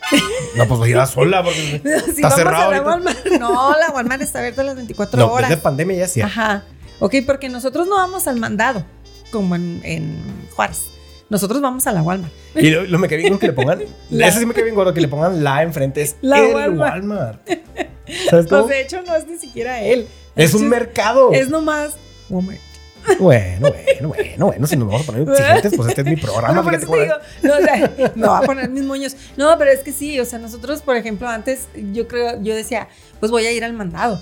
A: No, pues voy a ir a sola porque
B: si
A: Está
B: vamos
A: cerrado
B: a la
A: ahorita.
B: Walmart. No, la Walmart está abierta las 24
A: no,
B: horas.
A: desde pandemia ya sí.
B: Ajá. Ok, porque nosotros no vamos al mandado, como en, en Juárez. Nosotros vamos a la Walmart.
A: Y lo, lo me quedé bien gordo que le pongan.
B: La-
A: Eso sí me quedé bien gordo que le pongan la enfrente. Es
B: La
A: el
B: Walmart.
A: Walmart. ¿Sabes cómo?
B: Pues de hecho no es ni siquiera él.
A: es un mercado.
B: Es nomás. Walmart.
A: Bueno, bueno, bueno, bueno. Si nos vamos a poner exigentes, pues este es mi programa.
B: Bueno, por
A: fíjate
B: eso te
A: cómo
B: digo, no, o sea, me va a poner mis moños. No, pero es que sí, o sea, nosotros, por ejemplo, antes yo creo, yo decía, pues voy a ir al mandado.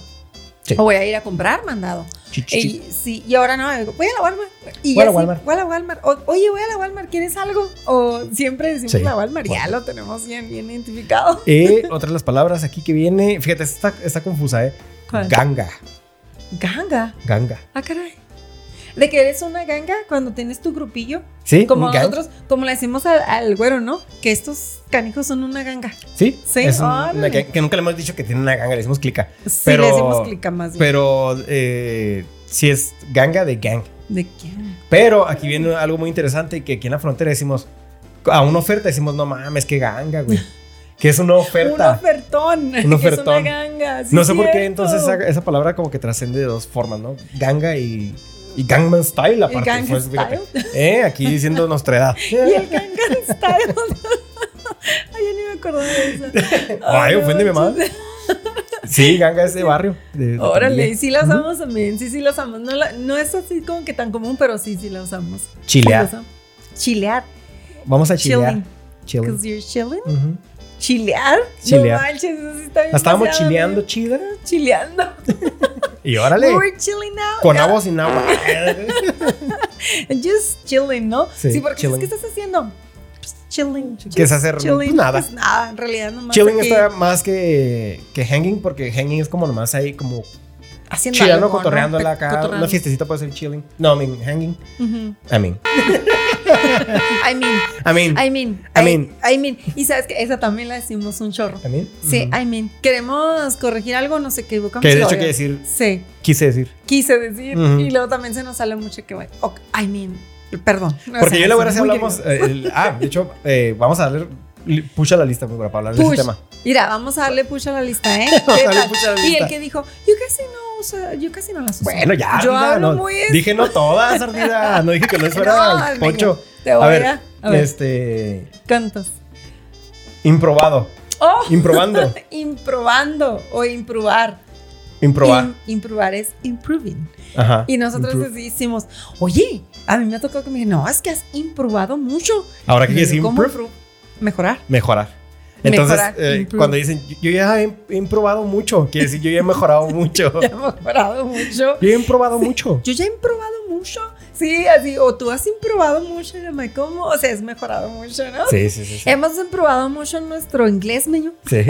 A: Sí.
B: O voy a ir a comprar mandado.
A: es. Chi, chi, chi.
B: Y, sí, y ahora no, digo, voy a la Walmart. Y
A: Voy a
B: ya
A: la
B: sí,
A: Walmart.
B: voy a la Walmart. O- oye, voy a la Walmart, ¿quieres algo? O siempre decimos
A: Sí,
B: la Walmart, ya
A: Walmart.
B: lo tenemos bien, bien identificado.
A: Eh, otra de las palabras aquí que viene. Fíjate, esta está, está confusa, ¿eh?
B: ¿Cuál?
A: Ganga.
B: Ganga.
A: Ganga.
B: Ah, caray. De que eres una ganga cuando tienes tu grupillo.
A: ¿Sí?
B: Como
A: un gang.
B: nosotros, como le decimos al, al güero, ¿no? Que estos canijos son una ganga.
A: Sí.
B: Sí,
A: Es un- una
B: órale.
A: gang- que nunca le hemos dicho que tiene una ganga, le decimos clica.
B: Sí,
A: Pero-
B: le decimos clica más bien.
A: Pero eh, sí es ganga de gang.
B: ¿De quién?
A: Pero aquí viene algo muy interesante que aquí en la frontera decimos, a una oferta decimos, no mames, qué ganga, güey. Que es una
B: Un
A: oferta.
B: ofertón. que Es una
A: ofertón.
B: ganga. sí,
A: no sé por qué
B: cierto.
A: entonces esa, esa palabra como que trasciende de dos formas, ¿no? Ganga y, y Gangman Style
B: El
A: aparte.
B: Gangnam
A: pues, fíjate.
B: Style.
A: Eh, aquí diciendo nuestra edad.
B: Y el Gangnam Style. Ay, yo ni me acordaba de eso.
A: Ay,
B: no
A: oféndeme más.
B: manches.
A: Sí, ganga es de barrio. de- de
B: Órale,
A: pandilla.
B: y sí la
A: Ujú.
B: usamos también. Sí, sí la usamos. No, la- no es así como que tan común, pero sí, sí la usamos. Sí la
A: Chilear.
B: usamos. Chilear.
A: Vamos a chilear.
B: Pues, Chilling. Pues,
A: Chilling.
B: Because you're chilling.
A: Ujú.
B: Chilear.
A: Chilear.
B: No manches, eso sí está bien.
A: La estábamos
B: pasado,
A: chileando
B: amigo.
A: chida.
B: Chileando.
A: Y órale.
B: We're chilling out.
A: Con agua o sin agua.
B: Just chilling, ¿no? Sí,
A: Sí,
B: porque
A: chilling.
B: ¿qué estás haciendo? Pues, Chilling.
A: ¿Qué es hacer? Pues, nada.
B: Pues nada, en realidad nomás.
A: Chilling
B: aquí
A: está más que, que hanging, porque hanging es como nomás ahí como
B: haciendo
A: chillando,
B: algo, ¿no?
A: cotorreando acá.
B: Cotorreando.
A: Una fiestecita puede ser chilling. No, I mean, hanging.
B: Ujú.
A: I mean.
B: I mean,
A: I mean.
B: I mean,
A: I mean.
B: I mean. Y sabes que esa también la decimos un chorro.
A: I mean.
B: Sí,
A: Ujú.
B: I mean. Queremos corregir algo, nos equivocamos.
A: Que
B: y
A: de
B: lo
A: hecho que
B: digo.
A: decir,
B: Sí,
A: quise decir.
B: quise decir.
A: Ujú.
B: Y luego también se nos sale mucho que, bueno, ok, I mean, perdón.
A: Porque yo y la güera sí
B: si
A: hablamos. eh, el- ah, de hecho, eh, vamos a darle. li- Pucha la lista, pues, güera, para hablar de
B: Push.
A: ese tema.
B: Mira, vamos a darle push a la lista, ¿eh?
A: Vamos a
B: ¿Qué
A: darle
B: tal?
A: push a la
B: Y el
A: lista.
B: que dijo, yo casi no uso, yo casi no las uso.
A: Bueno, ya.
B: Yo
A: ardida,
B: hablo
A: no,
B: muy
A: Dije no todas, Ardida. No dije que no
B: No,
A: fuera
B: niña.
A: el poncho.
B: Te voy a
A: ver,
B: ver, a ver
A: Este.
B: cantas.
A: Improbado.
B: Oh,
A: Improbando.
B: improbando o improbar.
A: Improbar.
B: Im- improbar es improving.
A: Ajá.
B: Y nosotros
A: Improve.
B: decimos, oye, a mí me ha tocado que me digan, no, es que has improbado mucho.
A: Ahora, ¿qué
B: Y
A: quiere
B: yo,
A: decir
B: ¿cómo
A: improve?
B: impro- Mejorar.
A: mejorar. Entonces,
B: Mejorar,
A: eh,
B: improve.
A: cuando dicen, yo ya he, he improbado mucho, quiere decir, yo ya he mejorado mucho.
B: Ya he mejorado mucho.
A: Yo he improbado mucho.
B: Yo ya he improbado mucho. Sí, así, o tú has improbado mucho, yo me como, o sea, has mejorado mucho, ¿no?
A: Sí, sí, sí. sí.
B: Hemos improbado mucho en nuestro inglés, meño.
A: Sí.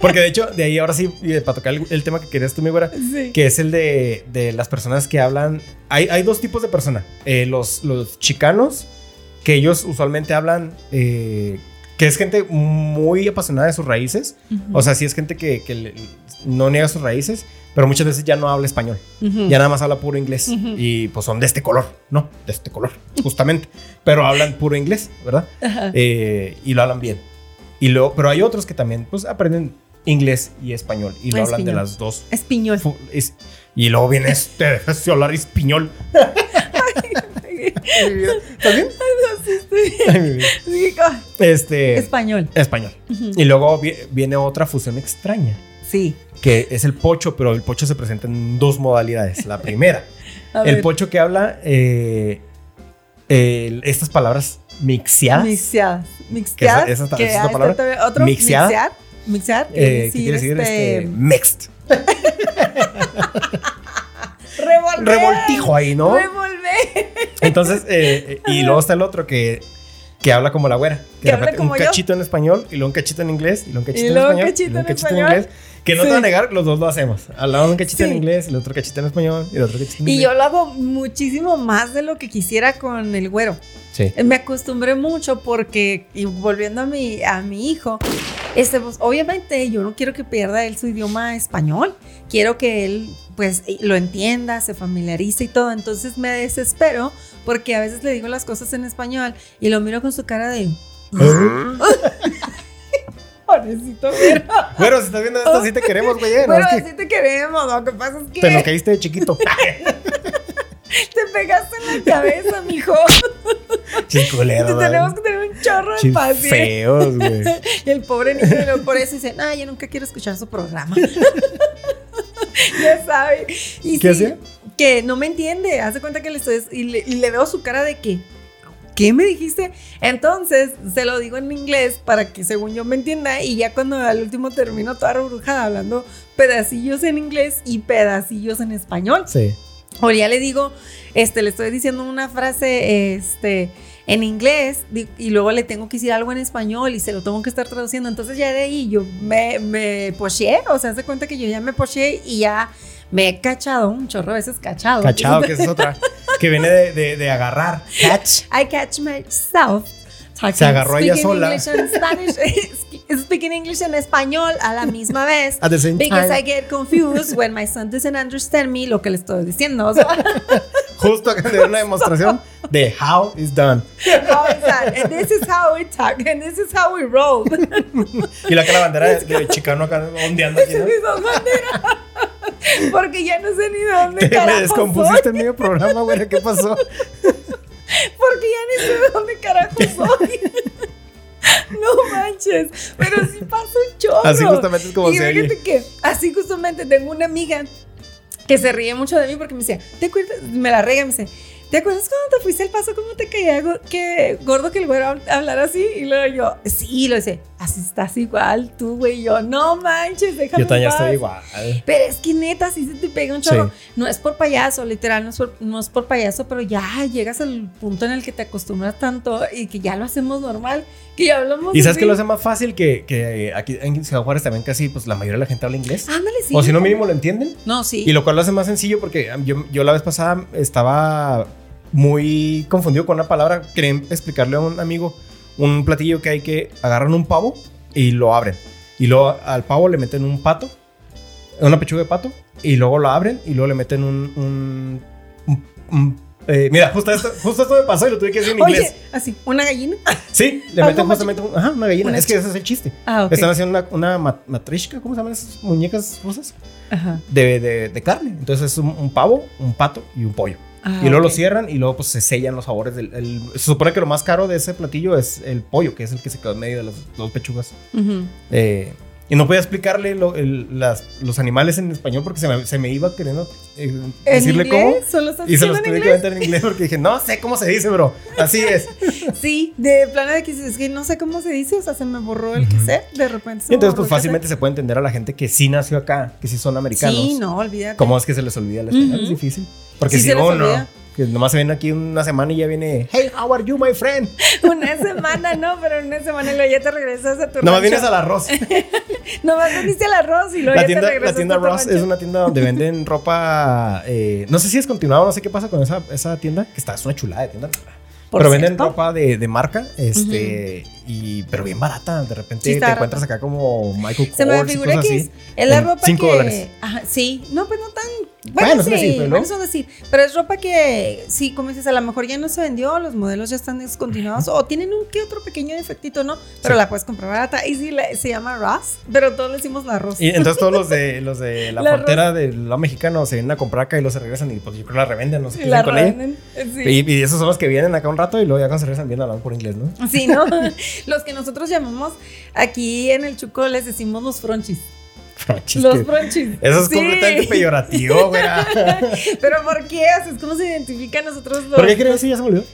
A: Porque de hecho, de ahí ahora sí, eh, para tocar el, el tema que querías tú, mi güera,
B: Sí.
A: que es el de, de las personas que hablan. Hay, hay dos tipos de personas. los, los chicanos, que ellos usualmente hablan, eh, que es gente muy apasionada de sus raíces. O sea, sí es gente que, que le- no niega sus raíces, pero muchas veces ya no habla español.
B: Ujú.
A: ya nada más habla puro inglés
B: Ujú.
A: y pues son de este color, ¿no? De este color, justamente, pero hablan puro inglés, ¿verdad?
B: Ajá.
A: Eh, y lo hablan bien. Y luego, pero hay otros que también pues aprenden inglés y español y lo hablan de
B: Espiñol.
A: las dos.
B: Espiñol.
A: Fu- es- y luego viene este, déjese hablar español. ¿También? Ay, mi vida.
B: Sí, co-
A: Este,
B: Español.
A: español.
B: Ujú.
A: Y luego vi- viene otra fusión extraña,
B: Sí.
A: que es el pocho, pero el pocho se presenta en dos modalidades. La primera,
B: A
A: el
B: ver,
A: pocho que habla eh, el- estas palabras mixeadas.
B: Mixeadas. Mixeadas.
A: Que esa- esa-
B: que
A: esa
B: ahí está
A: palabra.
B: también Otro.
A: Mixeada.
B: Mixear. Mixear.
A: eh, ¿Qué quiere decir? Este, mixed.
B: revolver.
A: Revoltijo ahí, ¿no?
B: Revolver.
A: Entonces, eh, y luego está el otro que
C: que habla como la güera. Que
B: Que habla
C: repente
B: como
C: un
B: yo.
C: cachito en español y luego un cachito en inglés y luego un cachito en
B: luego un
C: español.
B: cachito
C: y luego un
B: en
C: cachito en
B: español.
C: inglés. Que no te
B: Sí.
C: voy a negar, los dos lo hacemos. Hablamos un cachito en
B: Sí.
C: inglés y el otro cachito en español y el otro cachito en
B: Y
C: inglés.
B: yo lo hago muchísimo más de lo que quisiera con el güero.
C: Sí.
B: Eh, Me acostumbré mucho porque, y volviendo a mi, a mi hijo, este, pues, obviamente yo no quiero que pierda él su idioma español. Quiero que él pues eh, lo entienda, se familiarice y todo. Entonces me desespero porque a veces le digo las cosas en español y lo miro con su cara de... Pobrecito, güero.
C: Güero, si estás viendo esto, sí te queremos, güey. eh, No,
B: Bueno,
C: es que
B: así te queremos. Lo que pasa es que
C: te lo caíste de chiquito.
B: te pegaste en la cabeza, mijo.
C: Chiculero.
B: Te tenemos que tener un chorro de paciencia.
C: feos, güey.
B: Y el pobre niño, y luego por eso dice, ah, yo nunca quiero escuchar su programa. ya sabe. Y
C: ¿Qué
B: sí,
C: hacía?
B: Que no me entiende. Hace cuenta que le estoy... Y le, y le veo su cara de que... ¿Qué me dijiste? Entonces se lo digo en inglés para que según yo me entienda y ya cuando al último termino toda rebrujada hablando pedacillos en inglés y pedacillos en español.
C: Sí.
B: O ya le digo, este, le estoy diciendo una frase, este, en inglés di- y luego le tengo que decir algo en español y se lo tengo que estar traduciendo. Entonces ya de ahí yo me, me poché, o sea, hace cuenta que yo ya me poché y ya me he cachado un chorro de veces cachado.
C: Cachado, que esa es otra. Que viene de, de, de agarrar. Catch.
B: I catch myself. talking-
C: Se agarró ella
B: speaking
C: sola.
B: English and Spanish, speaking English en español a la misma vez.
C: At the same
B: Because I
C: time.
B: get confused when my son doesn't understand me lo que le estoy diciendo. O sea,
C: Justo acá de una demostración de how it's done.
B: How is that? And this is how we talk, and this is how we roll.
C: Y la que la bandera de, de Chicano acá ondeando aquí, ¿no?
B: Mis dos banderas. Porque ya no sé ni de dónde
C: Te me
B: carajo soy.
C: descompusiste en medio programa, güey. ¿Qué pasó?
B: Porque ya ni sé de dónde carajo soy. No manches, pero sí pasa un chorro.
C: Así justamente es como
B: y
C: se oye.
B: fíjate que así justamente tengo una amiga que se ríe mucho de mí porque me decía, ¿te acuerdas? Me la rega, me dice, ¿te acuerdas cuando te fuiste al paso? ¿Cómo te caía go- que gordo que el güero hab- hablara así? Y luego yo, sí, y lo dice, así estás igual tú, güey. Y yo, no manches, déjame
C: Yo también
B: en paz".
C: estoy igual.
B: Pero es que neta, sí se te pega un chorro. No es por payaso, literal, no es por, no es por payaso, pero ya llegas al punto en el que te acostumbras tanto y que ya lo hacemos normal, que ya hablamos
C: ¿Y sabes
B: así.
C: que lo hace más fácil que, que eh, aquí en Ciudad Juárez también casi pues la mayoría de la gente habla inglés?
B: Ándale, sí.
C: o si no, mínimo lo entienden.
B: No, sí.
C: Y lo cual lo hace más sencillo porque um, yo, yo la vez pasada estaba muy confundido con una palabra. Quería explicarle a un amigo un platillo que hay que agarran un pavo y lo abren. Y luego al pavo le meten un pato, una pechuga de pato, y luego lo abren y luego le meten un... un- un- un- eh, mira, justo esto, justo esto me pasó y lo tuve que decir en
B: Oye,
C: inglés.
B: así, una gallina.
C: sí, le
B: algo
C: meten
B: más
C: justamente un- ajá, una gallina.
B: Una
C: es que ese es el chiste.
B: Ah, ok.
C: Están haciendo una, una ma- matrishka, ¿cómo se llaman esas muñecas rusas?
B: Ajá.
C: de, de- de carne. Entonces es un, un pavo, un pato y un pollo.
B: Ah,
C: y luego lo
B: ok.
C: cierran y luego pues se sellan los sabores. Del, el- se supone que lo más caro de ese platillo es el pollo, que es el que se quedó en medio de las dos pechugas.
B: Ujú.
C: Eh, y no podía explicarle lo- el- las- los animales en español porque se me, se me iba queriendo eh,
B: ¿En
C: decirle
B: inglés?
C: cómo.
B: ¿Solo estás
C: Y se
B: haciendo
C: los
B: en
C: tuve que
B: inglés?
C: aventar en inglés porque dije, no sé cómo se dice, bro. Así es.
B: Sí, de plano de que es que no sé cómo se dice, o sea, se me borró el que
C: Ujú.
B: sé, de repente. se
C: Y
B: me
C: entonces
B: borró
C: pues
B: el que sé.
C: fácilmente se puede entender a la gente que sí nació acá, que sí son americanos.
B: Sí, no, olvídate.
C: ¿Cómo es que se les olvida el español? Es
B: Ujú.
C: difícil. Porque
B: Sí
C: si
B: se les
C: uno,
B: olvida.
C: que nomás se ven aquí una semana y ya viene, hey, how are you, my friend?
B: Una semana, no, pero en una semana y luego ya te regresas a tu rancho.
C: Nomás vienes al arroz.
B: Nomás vendiste el arroz y luego
C: La
B: ya te
C: tienda,
B: regresas
C: la tienda
B: a tu
C: Ross
B: rancho.
C: es una tienda donde venden ropa, eh, no sé si es continuado, no sé qué pasa con esa, esa tienda, que está, es una chulada de tienda.
B: Por
C: pero venden
B: cierto.
C: ropa de, de marca, este, y, pero bien barata. De repente
B: Sí,
C: te
B: está barata.
C: encuentras acá como Michael
B: Se me
C: Kors y
B: figura
C: cosas
B: que es,
C: así.
B: es la
C: en
B: ropa
C: cinco
B: que...
C: dólares.
B: Ajá, sí, no, pues no tan... Bueno,
C: Bueno,
B: sí,
C: son así, pero no.
B: bueno, son así. Pero es ropa que, sí, como dices, a lo mejor ya no se vendió, los modelos ya están descontinuados o tienen un que otro pequeño defectito, ¿no? Pero
C: Sí.
B: la puedes comprar barata. Y sí, la- se llama Ross, pero todos le decimos la Ross.
C: Y entonces todos los de los de la,
B: La
C: frontera de lo mexicano se vienen a comprar acá y los se regresan y pues yo creo la revenden, no sé qué
B: la
C: hacen con ella.
B: revenden, sí.
C: Y, y esos son los que vienen acá un rato y luego ya cuando se regresan vienen hablando por inglés, ¿no?
B: Sí, ¿no? los que nosotros llamamos aquí en el Chuco les decimos los fronchis.
C: Franchis,
B: los
C: Pues, que-
B: fronchis.
C: Eso es
B: Sí.
C: completamente peyorativo, güey.
B: Pero ¿por qué? O sea, es como se identifica a nosotros los
C: ¿Por qué crees que ya se me olvidó?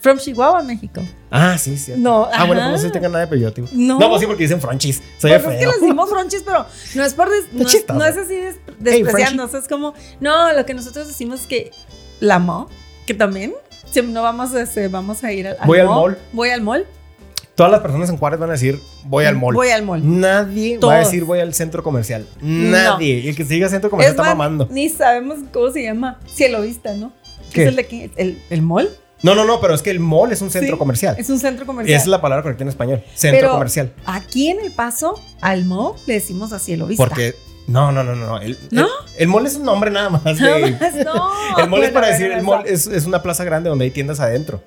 B: From Chihuahua, México.
C: Ah, sí, sí.
B: No,
C: Ah, bueno, pues no
B: ajá.
C: sé si tenga nada de peyorativo.
B: No.
C: pues sí, porque dicen franchis. Soy
B: Pues
C: feo.
B: es que les dimos fronchis, pero no es por des- no, es,
C: chistoso.
B: no es así des-
C: Hey,
B: despreciando, o sea, es como, no, lo que nosotros decimos es que la mo, que también si no vamos a, este, vamos a ir al,
C: Voy al mall.
B: Voy al mall.
C: Todas las personas en Juárez van a decir, voy al mall.
B: Voy al mall.
C: Nadie va a
B: Todos.
C: decir, voy al centro comercial.
B: No.
C: Ah, Nadie. Y el que se diga centro comercial
B: Es
C: está
B: más,
C: mamando.
B: Ni sabemos cómo se llama. Cielo Vista, ¿no?
C: ¿Qué?
B: Es el de aquí. ¿El, el mall?
C: No, no, no, pero es que el mall es un centro
B: Sí,
C: comercial.
B: Es un centro comercial.
C: Esa es la palabra correcta en español. Centro
B: Pero-
C: comercial.
B: Aquí en El Paso, al mall le decimos a Cielo Vista.
C: Porque. No, no, no, no. no. El,
B: ¿No?
C: el- el mall es un nombre nada más.
B: Nada
C: de-
B: más, no.
C: El mall
B: Bueno,
C: es
B: bueno,
C: para decir, el
B: eso.
C: mall es, es una plaza grande donde hay tiendas adentro.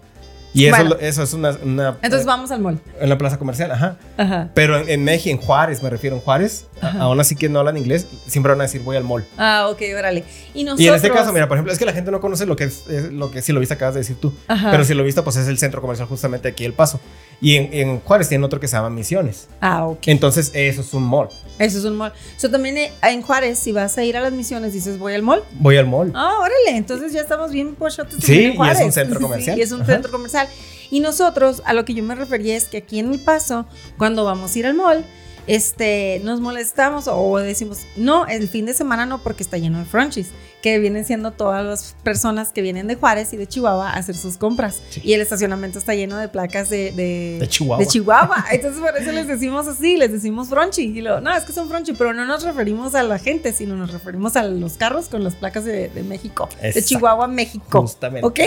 C: Y eso,
B: Bueno.
C: eso es una, una-
B: Entonces vamos al mall.
C: en la plaza comercial, ajá.
B: Ajá.
C: Pero en, en México, en Juárez, me refiero, en Juárez, a-
B: Ajá.
C: aún así que no hablan inglés, siempre van a decir voy al mall.
B: Ah, ok, órale. Y nosotros.
C: Y en este caso, mira, por ejemplo, es que la gente no conoce lo que es, es lo que si lo viste acabas de decir tú.
B: Ajá.
C: Pero si lo viste, pues es el centro comercial justamente aquí El Paso. Y en, en Juárez tienen otro que se llama Misiones.
B: Ah, ok.
C: Entonces, eso es un mall.
B: Eso es un mall. So, también eh, en Juárez, si vas a ir a las misiones, dices voy al mall.
C: Voy al mall.
B: Ah, órale. Entonces ya estamos bien pochotes.
C: Sí,
B: en
C: y es un
B: Juárez.
C: centro
B: Sí,
C: comercial.
B: y es un
C: Ajá.
B: centro comercial. Y nosotros, a lo que yo me refería es que aquí en El Paso, cuando vamos a ir al mall, este, nos molestamos o decimos, no, el fin de semana no, porque está lleno de franchise, que vienen siendo todas las personas que vienen de Juárez y de Chihuahua a hacer sus compras.
C: Sí.
B: Y el estacionamiento está lleno de placas de, de,
C: De Chihuahua.
B: de Chihuahua. Entonces por eso les decimos así, les decimos fronchi. Y luego, no, es que son fronchi, pero no nos referimos a la gente, sino nos referimos a los carros con las placas de, de México. De
C: Exacto.
B: Chihuahua, México.
C: Justamente.
B: Ok,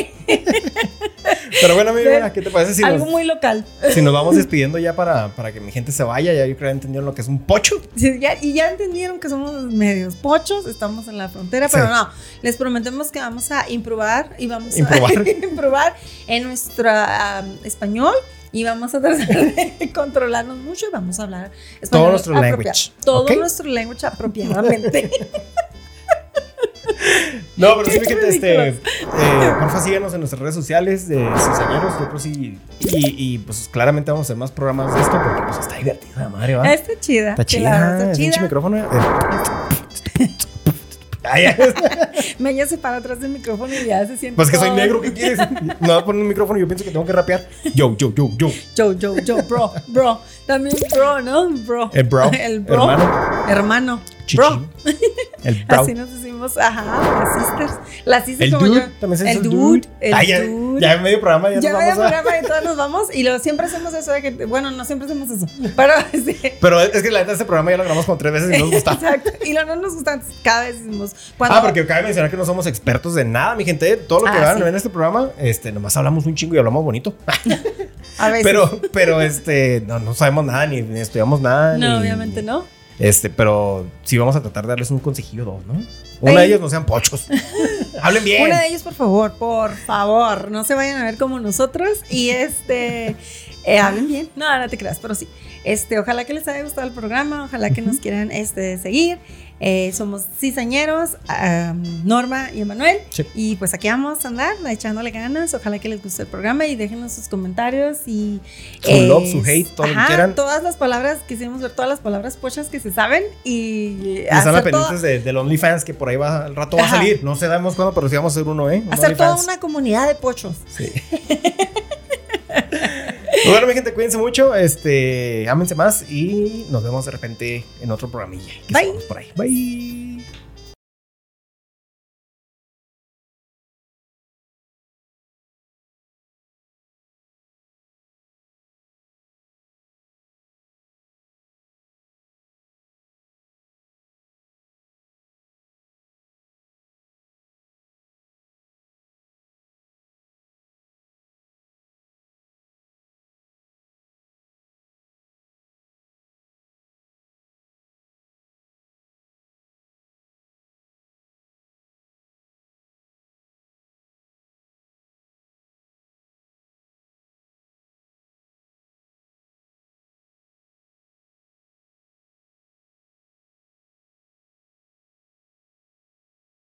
C: Pero bueno, amigo,
B: Pero-
C: mira, ¿qué te parece si
B: algo
C: nos,
B: muy local.
C: si nos vamos despidiendo ya para, para que mi gente se vaya? Ya yo creo que entendieron lo que es un pocho.
B: Sí, ya- y ya entendieron que somos medios pochos, estamos en la frontera, pero
C: Sí.
B: no, les prometemos que vamos a improbar y vamos
C: Improbar.
B: a improbar en nuestro am, español y vamos a tratar de controlarnos mucho y vamos a hablar español
C: Todo nuestro
B: apropiado.
C: language,
B: Todo
C: ¿ok?
B: nuestro language apropiadamente.
C: No, pero sí, mi gente, este, eh,
B: ridículos.
C: porfa, síganos en nuestras redes sociales de Cizagueros, Eh, yo creo sí, y, y pues claramente vamos a hacer más programas de esto porque pues está divertido, la madre, ¿va?
B: Está chida.
C: Está
B: sí, la verdad
C: chida, el pinche
B: Está chida.
C: micrófono. eh. Ay, ay,
B: Me ella se para atrás del micrófono y ya se siente.
C: pues que soy
B: todo.
C: negro, ¿qué quieres? Me va a poner un micrófono y yo pienso que tengo que rapear. Yo, yo, yo, yo.
B: Yo, yo, yo, bro, bro. También bro, ¿no? Bro.
C: El bro.
B: El bro.
C: Hermano.
B: Hermano.
C: chichi,
B: Bro.
C: El bro.
B: Así nos decimos, ajá, las sisters. Las sisters
C: El
B: como
C: dude.
B: yo.
C: También se dice
B: El dude. El
C: Ay, ya-
B: dude.
C: Ya, en medio programa ya,
B: Ya
C: nos
B: medio
C: vamos a...
B: programa y todos nos vamos y luego siempre hacemos eso de que, bueno, no siempre hacemos eso, pero sí,
C: Pero es que la neta este programa ya lo grabamos como tres veces y no nos gusta.
B: exacto, y luego no nos gustan, cada vez decimos, cuando
C: Ah, porque cabe mencionar que no somos expertos de nada, mi gente. Todo lo que
B: Ah,
C: van a
B: sí.
C: ver en este programa, este, nomás hablamos un chingo y hablamos bonito.
B: a veces,
C: Pero, pero este, no, no sabemos nada, ni, ni estudiamos nada.
B: no,
C: ni-
B: obviamente no,
C: Este, pero sí vamos a tratar de darles un consejillo o dos, ¿no? Uno de
B: Ey.
C: ellos no sean pochos. Hablen bien.
B: Uno de ellos, por favor, por favor, no se vayan a ver como nosotros y este, eh, hablen bien. No, no te creas, pero sí. Este, ojalá que les haya gustado el programa, ojalá que nos quieran este, seguir. Eh, somos cizañeros, am, Norma y Emanuel.
C: Sí.
B: Y pues aquí vamos a andar echándole ganas. Ojalá que les guste el programa y déjenos sus comentarios y. eh,
C: Su love, su hate, todo lo que
B: ajá,
C: quieran.
B: Todas las palabras, quisimos ver todas las palabras pochas que se saben y.
C: Y están
B: hacer
C: las
B: todo-
C: pendientes de, del OnlyFans que por ahí va, al rato va a
B: Ajá.
C: salir. No sabemos cuándo, pero sí vamos a hacer uno, ¿eh? Un
B: hacer toda
C: OnlyFans.
B: una comunidad de pochos.
C: Sí. Pues bueno, mi gente, cuídense mucho, este, ámense más y nos vemos de repente en otro programilla. Que
B: Bye.
C: estamos Por ahí. Bye.